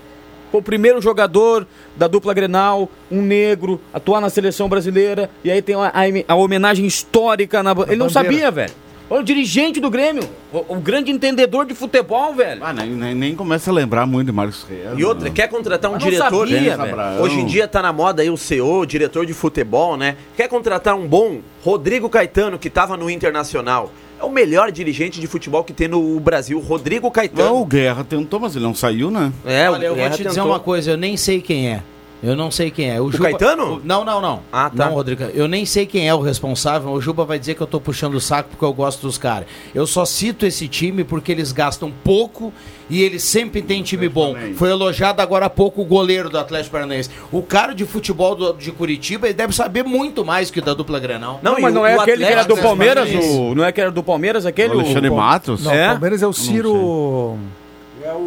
Speaker 9: Foi o primeiro jogador da dupla Grenal, um negro, atuar na seleção brasileira. E aí tem a, a em- a homenagem histórica na. ba- Ele não
Speaker 2: bandeira.
Speaker 9: sabia, velho. Olha o dirigente do Grêmio. O, o grande entendedor de futebol, velho.
Speaker 2: Ah, nem, nem, nem começa a lembrar muito de Marcos né? Reis.
Speaker 10: E outra, quer contratar um
Speaker 9: Mas não
Speaker 10: diretor?
Speaker 9: sabia,
Speaker 10: Denis
Speaker 9: velho.
Speaker 10: Abraão. Hoje em dia tá na moda aí o CEO, diretor de futebol, né? Quer contratar um bom Rodrigo Caetano, que tava no Internacional. é o melhor dirigente de futebol que tem no Brasil, Rodrigo Caetano.
Speaker 2: Não, Então, o Guerra tentou, mas ele não saiu, né?
Speaker 10: É,
Speaker 3: Olha, eu vou
Speaker 10: Guerra
Speaker 3: te dizer
Speaker 10: tentou.
Speaker 3: uma coisa, eu nem sei quem é. Eu não sei quem é. O, Juba-
Speaker 10: Caetano?
Speaker 3: o- não, não, não. Ah,
Speaker 10: tá.
Speaker 3: Não, Rodrigo. Eu nem sei quem é o responsável. O Juba vai dizer que eu tô puxando o saco porque eu gosto dos caras. Eu só cito esse time porque eles gastam pouco e eles sempre têm time bom. Foi elogiado agora há pouco o goleiro do Atlético Paranaense. O cara de futebol do- de Curitiba, ele deve saber muito mais que o da dupla Granal.
Speaker 9: Não, mas não é aquele que era do Palmeiras,
Speaker 3: Paranaense.
Speaker 9: o, não é que era do Palmeiras aquele?
Speaker 2: O Alexandre
Speaker 9: o-
Speaker 2: Matos?
Speaker 6: Não,
Speaker 9: é?
Speaker 6: o Palmeiras é o Ciro.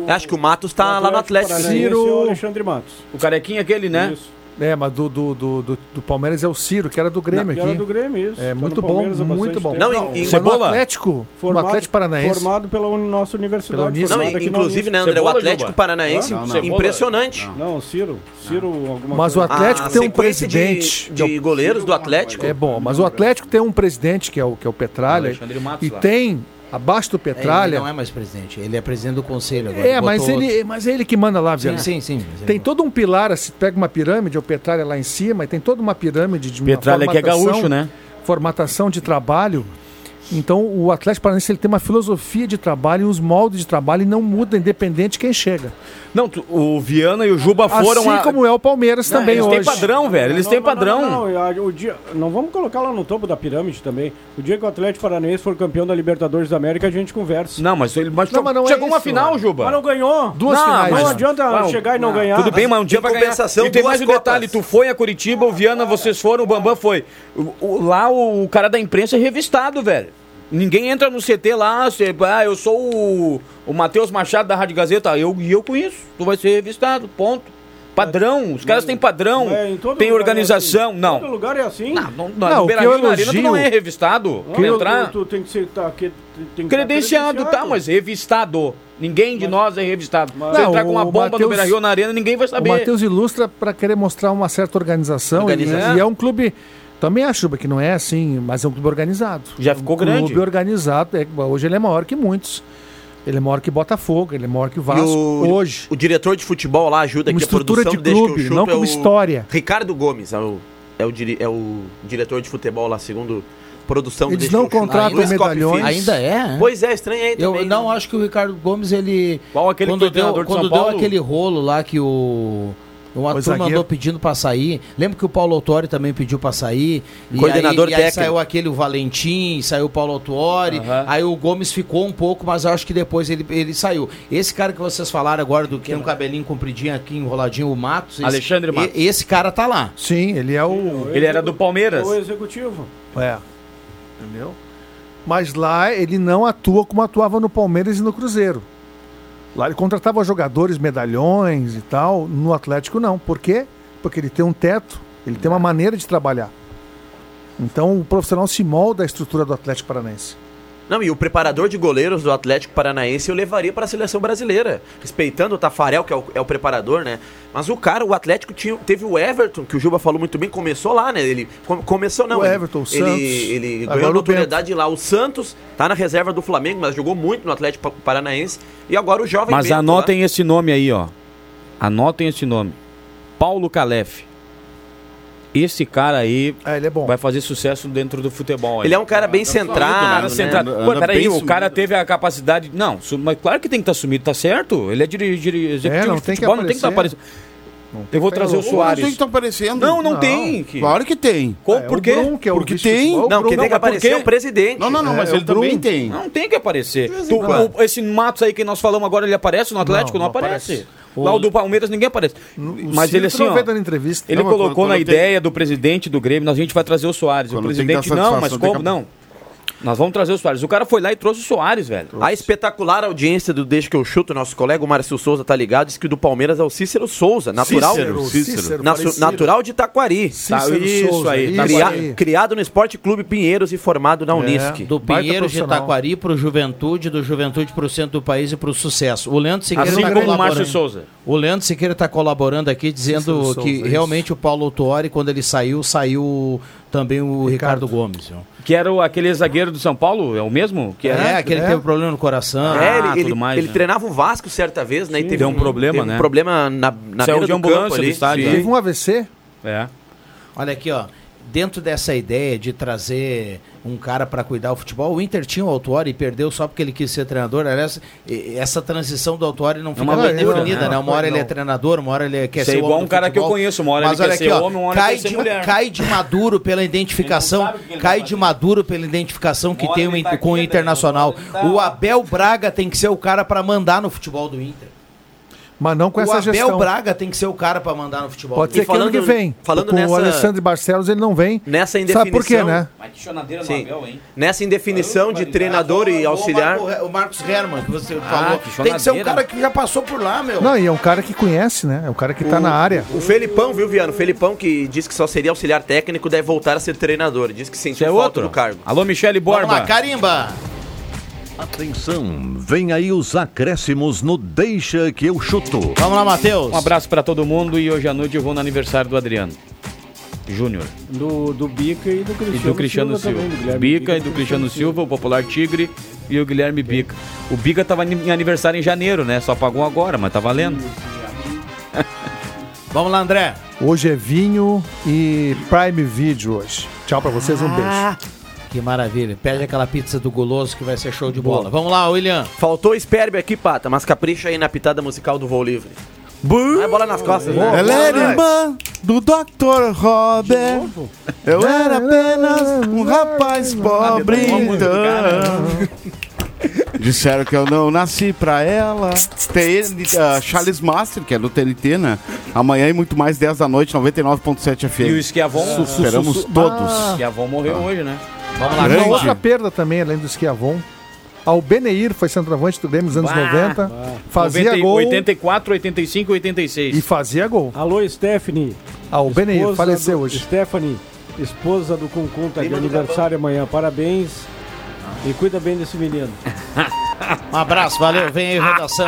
Speaker 10: Acho que o Matos tá lá no Atlético.
Speaker 6: Ciro.
Speaker 4: é Alexandre Matos.
Speaker 9: O carequinha aquele, né?
Speaker 6: É, mas do, do, do, do, do Palmeiras é o Ciro, que era do Grêmio
Speaker 4: Não,
Speaker 6: aqui.
Speaker 4: era do Grêmio, isso.
Speaker 6: É
Speaker 4: Tá no
Speaker 6: muito bom,
Speaker 4: Palmeiras há
Speaker 6: muito
Speaker 4: bastante
Speaker 6: bom.
Speaker 4: tempo.
Speaker 10: Não, e-
Speaker 6: Mas no
Speaker 10: Cebola?
Speaker 6: Atlético, no Atlético Paranaense.
Speaker 4: Formado pela un- nossa
Speaker 6: Pela
Speaker 4: universidade.
Speaker 6: Unis-
Speaker 10: Não,
Speaker 4: formado aqui na
Speaker 10: inclusive,
Speaker 4: Unis.
Speaker 10: né, André, o Atlético Paranaense,
Speaker 4: Hã?
Speaker 10: Não, não. impressionante.
Speaker 4: Não, Ciro. Ciro, alguma
Speaker 6: Ah. Mas o
Speaker 4: coisa.
Speaker 6: Atlético
Speaker 10: A
Speaker 6: tem um
Speaker 10: sequência de-
Speaker 6: presidente.
Speaker 10: de goleiros do Atlético.
Speaker 6: É bom, mas o Atlético tem um presidente que é o, que é o Petralha.
Speaker 3: Alexandre Matos
Speaker 6: E
Speaker 3: lá.
Speaker 6: tem, abaixo do
Speaker 3: É,
Speaker 6: Petralha.
Speaker 3: Ele não é mais presidente, ele é presidente do conselho agora.
Speaker 6: É,
Speaker 3: Botou
Speaker 6: mas
Speaker 3: outro.
Speaker 6: ele, mas é ele que manda lá,
Speaker 3: Sim,
Speaker 6: Viana.
Speaker 3: sim, sim. mas ele
Speaker 6: Tem todo um pilar, se pega uma pirâmide, o Petralha lá em cima, e tem toda uma pirâmide de uma
Speaker 9: Petralha que é
Speaker 6: formatação-
Speaker 9: gaúcho, né?
Speaker 6: Formatação de trabalho. Então, o Atlético Paranaense ele tem uma filosofia de trabalho e os moldes de trabalho e não muda, independente de quem chega.
Speaker 9: Não, tu- o Viana e o Juba foram
Speaker 6: assim
Speaker 9: a...
Speaker 6: como é o Palmeiras
Speaker 9: Não,
Speaker 6: também
Speaker 9: eles
Speaker 6: hoje.
Speaker 9: têm padrão, velho. Ah, é, Eles
Speaker 4: Não,
Speaker 9: têm
Speaker 4: não, não,
Speaker 9: padrão.
Speaker 4: Não, não, não. O dia- não vamos colocar lá no topo da pirâmide também. O dia que o Atlético Paranaense for campeão da Libertadores da América, a gente conversa.
Speaker 9: Não, mas ele mas
Speaker 6: Não, mas não é
Speaker 9: chegou uma
Speaker 6: isso,
Speaker 9: final,
Speaker 6: né?
Speaker 9: Juba.
Speaker 4: Mas não ganhou.
Speaker 6: Duas
Speaker 9: Não,
Speaker 6: finais.
Speaker 9: Ah, mas-
Speaker 4: Não
Speaker 6: né?
Speaker 4: adianta
Speaker 9: Não,
Speaker 4: chegar e não ganhar. É,
Speaker 9: Tudo bem, mas um dia
Speaker 10: em
Speaker 9: vai ganhar.
Speaker 10: compensação,
Speaker 9: E tem
Speaker 10: duas
Speaker 9: mais um
Speaker 10: Copas.
Speaker 9: detalhe, tu foi a Curitiba, o Viana, vocês foram, o Bambam foi. O- o- lá o, o cara da imprensa é revistado, velho. Ninguém entra no CT lá, você, ah, eu sou o, o Matheus Machado da Rádio Gazeta, eu, e eu conheço, tu vai ser revistado, ponto. Padrão, os caras têm padrão,
Speaker 4: É, em todo
Speaker 9: têm
Speaker 4: lugar é
Speaker 9: organização,
Speaker 4: assim. Em todo
Speaker 9: não.
Speaker 4: lugar é assim.
Speaker 9: Não, não,
Speaker 6: Não,
Speaker 9: não,
Speaker 6: o
Speaker 9: no
Speaker 6: que
Speaker 9: Beira-Rio
Speaker 6: eu
Speaker 9: na Arena tu não é
Speaker 6: elogio-
Speaker 9: revistado,
Speaker 4: Não,
Speaker 9: pra
Speaker 4: tu-
Speaker 9: entrar... é
Speaker 4: Tu, tem que ser tá, que- tem que estar
Speaker 9: Credenciado, tá? Mas revistado. Ninguém de nós é revistado.
Speaker 4: Mas-
Speaker 9: Se
Speaker 6: Não,
Speaker 9: entrar com uma
Speaker 6: o
Speaker 9: bomba no
Speaker 6: Matheus-
Speaker 9: Beira-Rio na Arena, ninguém vai
Speaker 6: O
Speaker 9: saber.
Speaker 6: Matheus ilustra para querer mostrar uma certa organização. e-
Speaker 9: Organização.
Speaker 6: E, é um clube. Também acho Juba, que não é assim, mas é um clube organizado.
Speaker 9: Já ficou
Speaker 6: um clube
Speaker 9: grande.
Speaker 6: organizado. é, hoje ele é maior que muitos. Ele é maior que Botafogo, ele é maior que
Speaker 10: E
Speaker 6: Vasco.
Speaker 10: o,
Speaker 6: hoje.
Speaker 10: o diretor de futebol lá ajuda
Speaker 6: Uma
Speaker 10: aqui a
Speaker 6: estrutura
Speaker 10: produção
Speaker 6: de
Speaker 10: desde
Speaker 6: clube,
Speaker 10: que eu chuto
Speaker 6: não como
Speaker 10: é o
Speaker 6: história.
Speaker 10: Ricardo Gomes é o, é o, diri- é o diretor de futebol lá, segundo produção do
Speaker 6: Eles
Speaker 10: Deixa
Speaker 6: não
Speaker 10: Eu Chutar.
Speaker 6: contratam
Speaker 10: Luiz Coppi
Speaker 6: medalhões.
Speaker 10: Filho.
Speaker 3: Ainda é? né?
Speaker 10: Pois é, estranho aí
Speaker 3: Eu
Speaker 10: também.
Speaker 3: não
Speaker 10: né?
Speaker 3: acho que o Ricardo Gomes ele
Speaker 9: Qual aquele que
Speaker 3: quando
Speaker 9: foi
Speaker 3: deu
Speaker 9: treinador de
Speaker 3: quando
Speaker 9: São
Speaker 3: deu
Speaker 9: Paulo?
Speaker 3: aquele rolo lá que o o ator
Speaker 6: zagueiro.
Speaker 3: mandou pedindo pra sair. Lembro que o Paulo Autori também pediu pra sair. E
Speaker 10: Coordenador
Speaker 3: aí, e aí
Speaker 10: técnico.
Speaker 3: saiu aquele o Valentim, saiu o Paulo Autori.
Speaker 9: Aham.
Speaker 3: Aí o Gomes ficou um pouco, mas acho que depois ele, ele saiu. Esse cara que vocês falaram agora, do que tem um cabelinho compridinho aqui, enroladinho, o Matos. esse-
Speaker 9: Alexandre
Speaker 3: e-
Speaker 9: Matos.
Speaker 3: Esse cara tá lá.
Speaker 6: Sim, ele é o.
Speaker 9: Ele era do Palmeiras.
Speaker 4: O executivo.
Speaker 6: É. Entendeu? Mas lá ele não atua como atuava no Palmeiras e no Cruzeiro. Lá ele contratava jogadores, medalhões e tal. No Atlético não. Por quê? Porque ele tem um teto, ele tem uma maneira de trabalhar. Então o profissional se molda à estrutura do Atlético Paranaense.
Speaker 10: Não, e o preparador de goleiros do Atlético Paranaense eu levaria para a seleção brasileira, respeitando o Tafarel, que é o, é o preparador, né? Mas o cara, o Atlético tinha, teve o Everton, que o Juba falou muito bem, começou lá, né? Ele come- começou não,
Speaker 6: O
Speaker 10: ele-
Speaker 6: Everton, o
Speaker 10: ele,
Speaker 6: Santos,
Speaker 10: ele
Speaker 6: agora
Speaker 10: ganhou
Speaker 6: o
Speaker 10: notoriedade lá. O Santos tá na reserva do Flamengo, mas jogou muito no Atlético Pa- Paranaense e agora o jovem
Speaker 9: Mas
Speaker 10: Bento lá.
Speaker 6: tá?
Speaker 9: anotem esse nome aí, ó. Anotem esse nome. Paulo Calef. Esse cara aí
Speaker 6: Ah, ele é bom.
Speaker 9: vai fazer sucesso dentro do futebol.
Speaker 10: Ele é um cara bem centrado,
Speaker 9: cara
Speaker 10: né?
Speaker 9: centrado.
Speaker 2: Anda-
Speaker 9: Pô,
Speaker 2: anda
Speaker 9: peraí,
Speaker 2: bem
Speaker 9: o cara
Speaker 2: sumido.
Speaker 9: teve a capacidade. Não, su- mas claro que tem que estar sumido, tá certo? Ele é diri- diri- executivo
Speaker 6: não
Speaker 9: de
Speaker 6: tem que
Speaker 9: futebol, não tem que estar
Speaker 6: aparecer.
Speaker 9: aparecendo. Eu vou trazer o
Speaker 2: Ô, mas tem que
Speaker 9: Soares.
Speaker 2: estar aparecendo.
Speaker 9: Não, não
Speaker 6: Não.
Speaker 9: tem. que-
Speaker 2: Claro que tem.
Speaker 9: Como-
Speaker 6: É,
Speaker 9: por
Speaker 6: o
Speaker 9: quê?
Speaker 6: Brum, que é o
Speaker 2: Porque
Speaker 6: vice-
Speaker 2: tem.
Speaker 6: o
Speaker 10: Não,
Speaker 6: Brum-
Speaker 10: quem tem que
Speaker 9: mas por
Speaker 10: aparecer
Speaker 9: quê?
Speaker 10: é o presidente.
Speaker 2: Não, não, não,
Speaker 6: É,
Speaker 2: mas
Speaker 6: o
Speaker 2: ele também
Speaker 6: Brum.
Speaker 2: tem.
Speaker 9: Não tem que aparecer. Tu-
Speaker 10: quando.
Speaker 9: o- esse Matos aí que nós falamos agora, ele aparece no Atlético? Não,
Speaker 6: Não, não
Speaker 9: aparece.
Speaker 6: aparece.
Speaker 9: Lá o do Palmeiras ninguém aparece.
Speaker 6: O
Speaker 9: Mas
Speaker 6: Ciro
Speaker 9: ele
Speaker 6: tu
Speaker 9: assim,
Speaker 6: não
Speaker 9: ó,
Speaker 6: vê dando entrevista.
Speaker 9: ele
Speaker 2: Não, mas
Speaker 9: colocou
Speaker 2: quando-
Speaker 9: na
Speaker 2: quando tem-
Speaker 9: ideia do presidente do Grêmio, nós a gente vai trazer o Soares. o
Speaker 2: Quando tem que dar
Speaker 9: presidente, não, mas
Speaker 2: satisfação, tem
Speaker 9: como
Speaker 2: que-
Speaker 9: não? Nós vamos trazer o Soares. O cara foi lá e trouxe o Soares, velho.
Speaker 10: A espetacular audiência do Deixa que eu chuto, nosso colega o Márcio Souza tá ligado, diz que do Palmeiras é o Cícero Souza, natural.
Speaker 6: é
Speaker 2: Cícero, Cícero.
Speaker 10: Nasu- natural de Taquari.
Speaker 6: Cícero
Speaker 9: tá, isso
Speaker 6: Souza,
Speaker 9: aí,
Speaker 6: isso
Speaker 10: Cria-
Speaker 6: aí.
Speaker 10: criado no Esporte Clube Pinheiros e formado
Speaker 9: É.
Speaker 10: na Unisc.
Speaker 3: Do
Speaker 6: Baita
Speaker 3: Pinheiros de
Speaker 6: profissional.
Speaker 3: Itaquari pro Juventude, do Juventude pro centro do país e pro sucesso. O Leandro Siqueira
Speaker 9: Assim
Speaker 3: tá
Speaker 9: como o
Speaker 3: colaborando.
Speaker 9: Márcio Souza.
Speaker 3: O Leandro Siqueira está colaborando aqui, dizendo
Speaker 6: Cícero Souza,
Speaker 3: que
Speaker 6: isso.
Speaker 3: realmente o Paulo Tuori, quando ele saiu, saiu também o Ricardo, Gomes. viu?
Speaker 9: Que era o- aquele zagueiro do São Paulo, é o mesmo? Que
Speaker 3: É,
Speaker 9: era?
Speaker 3: aquele que teve problema no coração.
Speaker 10: É,
Speaker 9: Ah,
Speaker 10: ele, ele-
Speaker 9: tudo mais,
Speaker 10: ele
Speaker 9: né?
Speaker 10: treinava o Vasco certa vez, né? e teve
Speaker 9: deu um problema,
Speaker 10: teve
Speaker 9: né?
Speaker 10: Um problema na, na
Speaker 9: Saiu
Speaker 10: beira
Speaker 9: de
Speaker 10: do
Speaker 9: ambulância
Speaker 10: campo
Speaker 6: um
Speaker 9: do
Speaker 10: ali.
Speaker 9: estádio,
Speaker 10: Sim.
Speaker 9: né?
Speaker 6: Teve um AVC?
Speaker 9: É.
Speaker 3: Olha aqui, ó. dentro dessa ideia de trazer um cara para cuidar o futebol, o Inter tinha o Autuori e perdeu só porque ele quis ser treinador. Aliás, e- essa transição do Autuori não fica
Speaker 9: uma
Speaker 3: bem
Speaker 9: loucura,
Speaker 3: definida,
Speaker 9: né?
Speaker 3: né? Uma hora ele é
Speaker 9: Não.
Speaker 3: treinador, uma hora ele quer
Speaker 9: Isso é
Speaker 3: ser
Speaker 9: igual
Speaker 3: homem
Speaker 9: um
Speaker 3: do
Speaker 9: cara que eu
Speaker 3: futebol.
Speaker 9: conheço, uma hora
Speaker 3: Mas
Speaker 9: ele
Speaker 3: olha
Speaker 9: quer
Speaker 3: aqui,
Speaker 9: ser
Speaker 3: ó,
Speaker 9: homem, uma hora ele
Speaker 3: cai
Speaker 9: quer ser
Speaker 3: de,
Speaker 9: mulher.
Speaker 3: Cai de maduro pela identificação, cai de maduro pela identificação que tem o
Speaker 9: tá
Speaker 3: in- com o Internacional. O Abel Braga tem que ser o cara para mandar no futebol do Inter.
Speaker 6: Mas não com
Speaker 3: o
Speaker 6: essa
Speaker 3: Abel
Speaker 6: gestão.
Speaker 3: Braga tem que ser o cara para mandar no futebol.
Speaker 6: Pode
Speaker 3: do Inter.
Speaker 6: ser que ano que vem.
Speaker 10: falando
Speaker 6: com
Speaker 10: nessa-
Speaker 6: o Alexandre Barcelos ele não vem.
Speaker 10: Nessa indefinição.
Speaker 6: Sabe por quê, né?
Speaker 10: Sim. Nessa indefinição de treinador e auxiliar.
Speaker 3: O, Marco- o Marcos Herman, que você
Speaker 10: Ah,
Speaker 3: falou,
Speaker 10: que
Speaker 3: tem que ser um
Speaker 10: choradeira.
Speaker 3: cara que já passou por lá, meu.
Speaker 6: Não, e é um cara que conhece, né? É um cara que tá
Speaker 10: O-
Speaker 6: na área.
Speaker 10: O Felipão, viu, Viano? O Felipão que diz que só seria auxiliar técnico deve voltar a ser treinador. Diz que
Speaker 9: é
Speaker 10: sentiu falta do cargo.
Speaker 9: Alô, Michele Borba.
Speaker 10: Vamos lá,
Speaker 3: carimba!
Speaker 15: Atenção, vem aí os acréscimos no Deixa que eu chuto.
Speaker 3: Vamos lá, Matheus.
Speaker 9: Um abraço pra todo mundo e hoje à noite eu vou no aniversário do Adriano Júnior.
Speaker 4: Do, do Bica e do Cristiano,
Speaker 9: E do Cristiano Silva.
Speaker 4: também, do Guilherme
Speaker 9: Bica e do Cristiano Silva, o popular Tigre e o Guilherme Bica. O Bica tava em aniversário em janeiro, né? Só pagou agora, mas tá valendo.
Speaker 3: Vamos lá, André.
Speaker 6: Hoje é vinho e Prime Video hoje. Tchau pra vocês, um
Speaker 2: Ah.
Speaker 6: beijo.
Speaker 3: Que maravilha. Pede aquela pizza do guloso que vai ser show de bola.
Speaker 10: Boa.
Speaker 3: Vamos lá, William.
Speaker 10: Faltou Sperbe aqui, pata, mas capricha aí na pitada musical do voo livre. Ah, é bola nas costas, né?
Speaker 2: Ela era irmã do Dr. Robert. Eu era apenas um rapaz
Speaker 6: Ah,
Speaker 2: pobre. Então. Disseram que eu não nasci pra ela. Tem ele, ah, Charles Master, que é do TNT, né? Amanhã e muito mais, 10 da noite, 99.7 FM.
Speaker 9: E o Esquiavon?
Speaker 2: Su- su- Esperamos
Speaker 9: su- su-
Speaker 2: todos.
Speaker 9: Ah, Esquiavon morreu hoje, né?
Speaker 3: Vamos
Speaker 9: lá,
Speaker 6: Uma
Speaker 9: Grande.
Speaker 6: outra perda também, além do Esquiavon. Albeneir foi centroavante do Grêmio nos anos 90. Fazia
Speaker 9: 90,
Speaker 6: gol
Speaker 9: 84, 85, 86.
Speaker 6: e fazia gol.
Speaker 4: Alô, Stephanie.
Speaker 6: Albeneir
Speaker 4: Esposa
Speaker 6: faleceu
Speaker 4: do-
Speaker 6: hoje.
Speaker 4: Stephanie, esposa do Concon, tá de
Speaker 6: Prima do
Speaker 4: aniversário amanhã. Parabéns. E cuida bem desse menino.
Speaker 3: Um abraço, valeu. Vem aí, redação.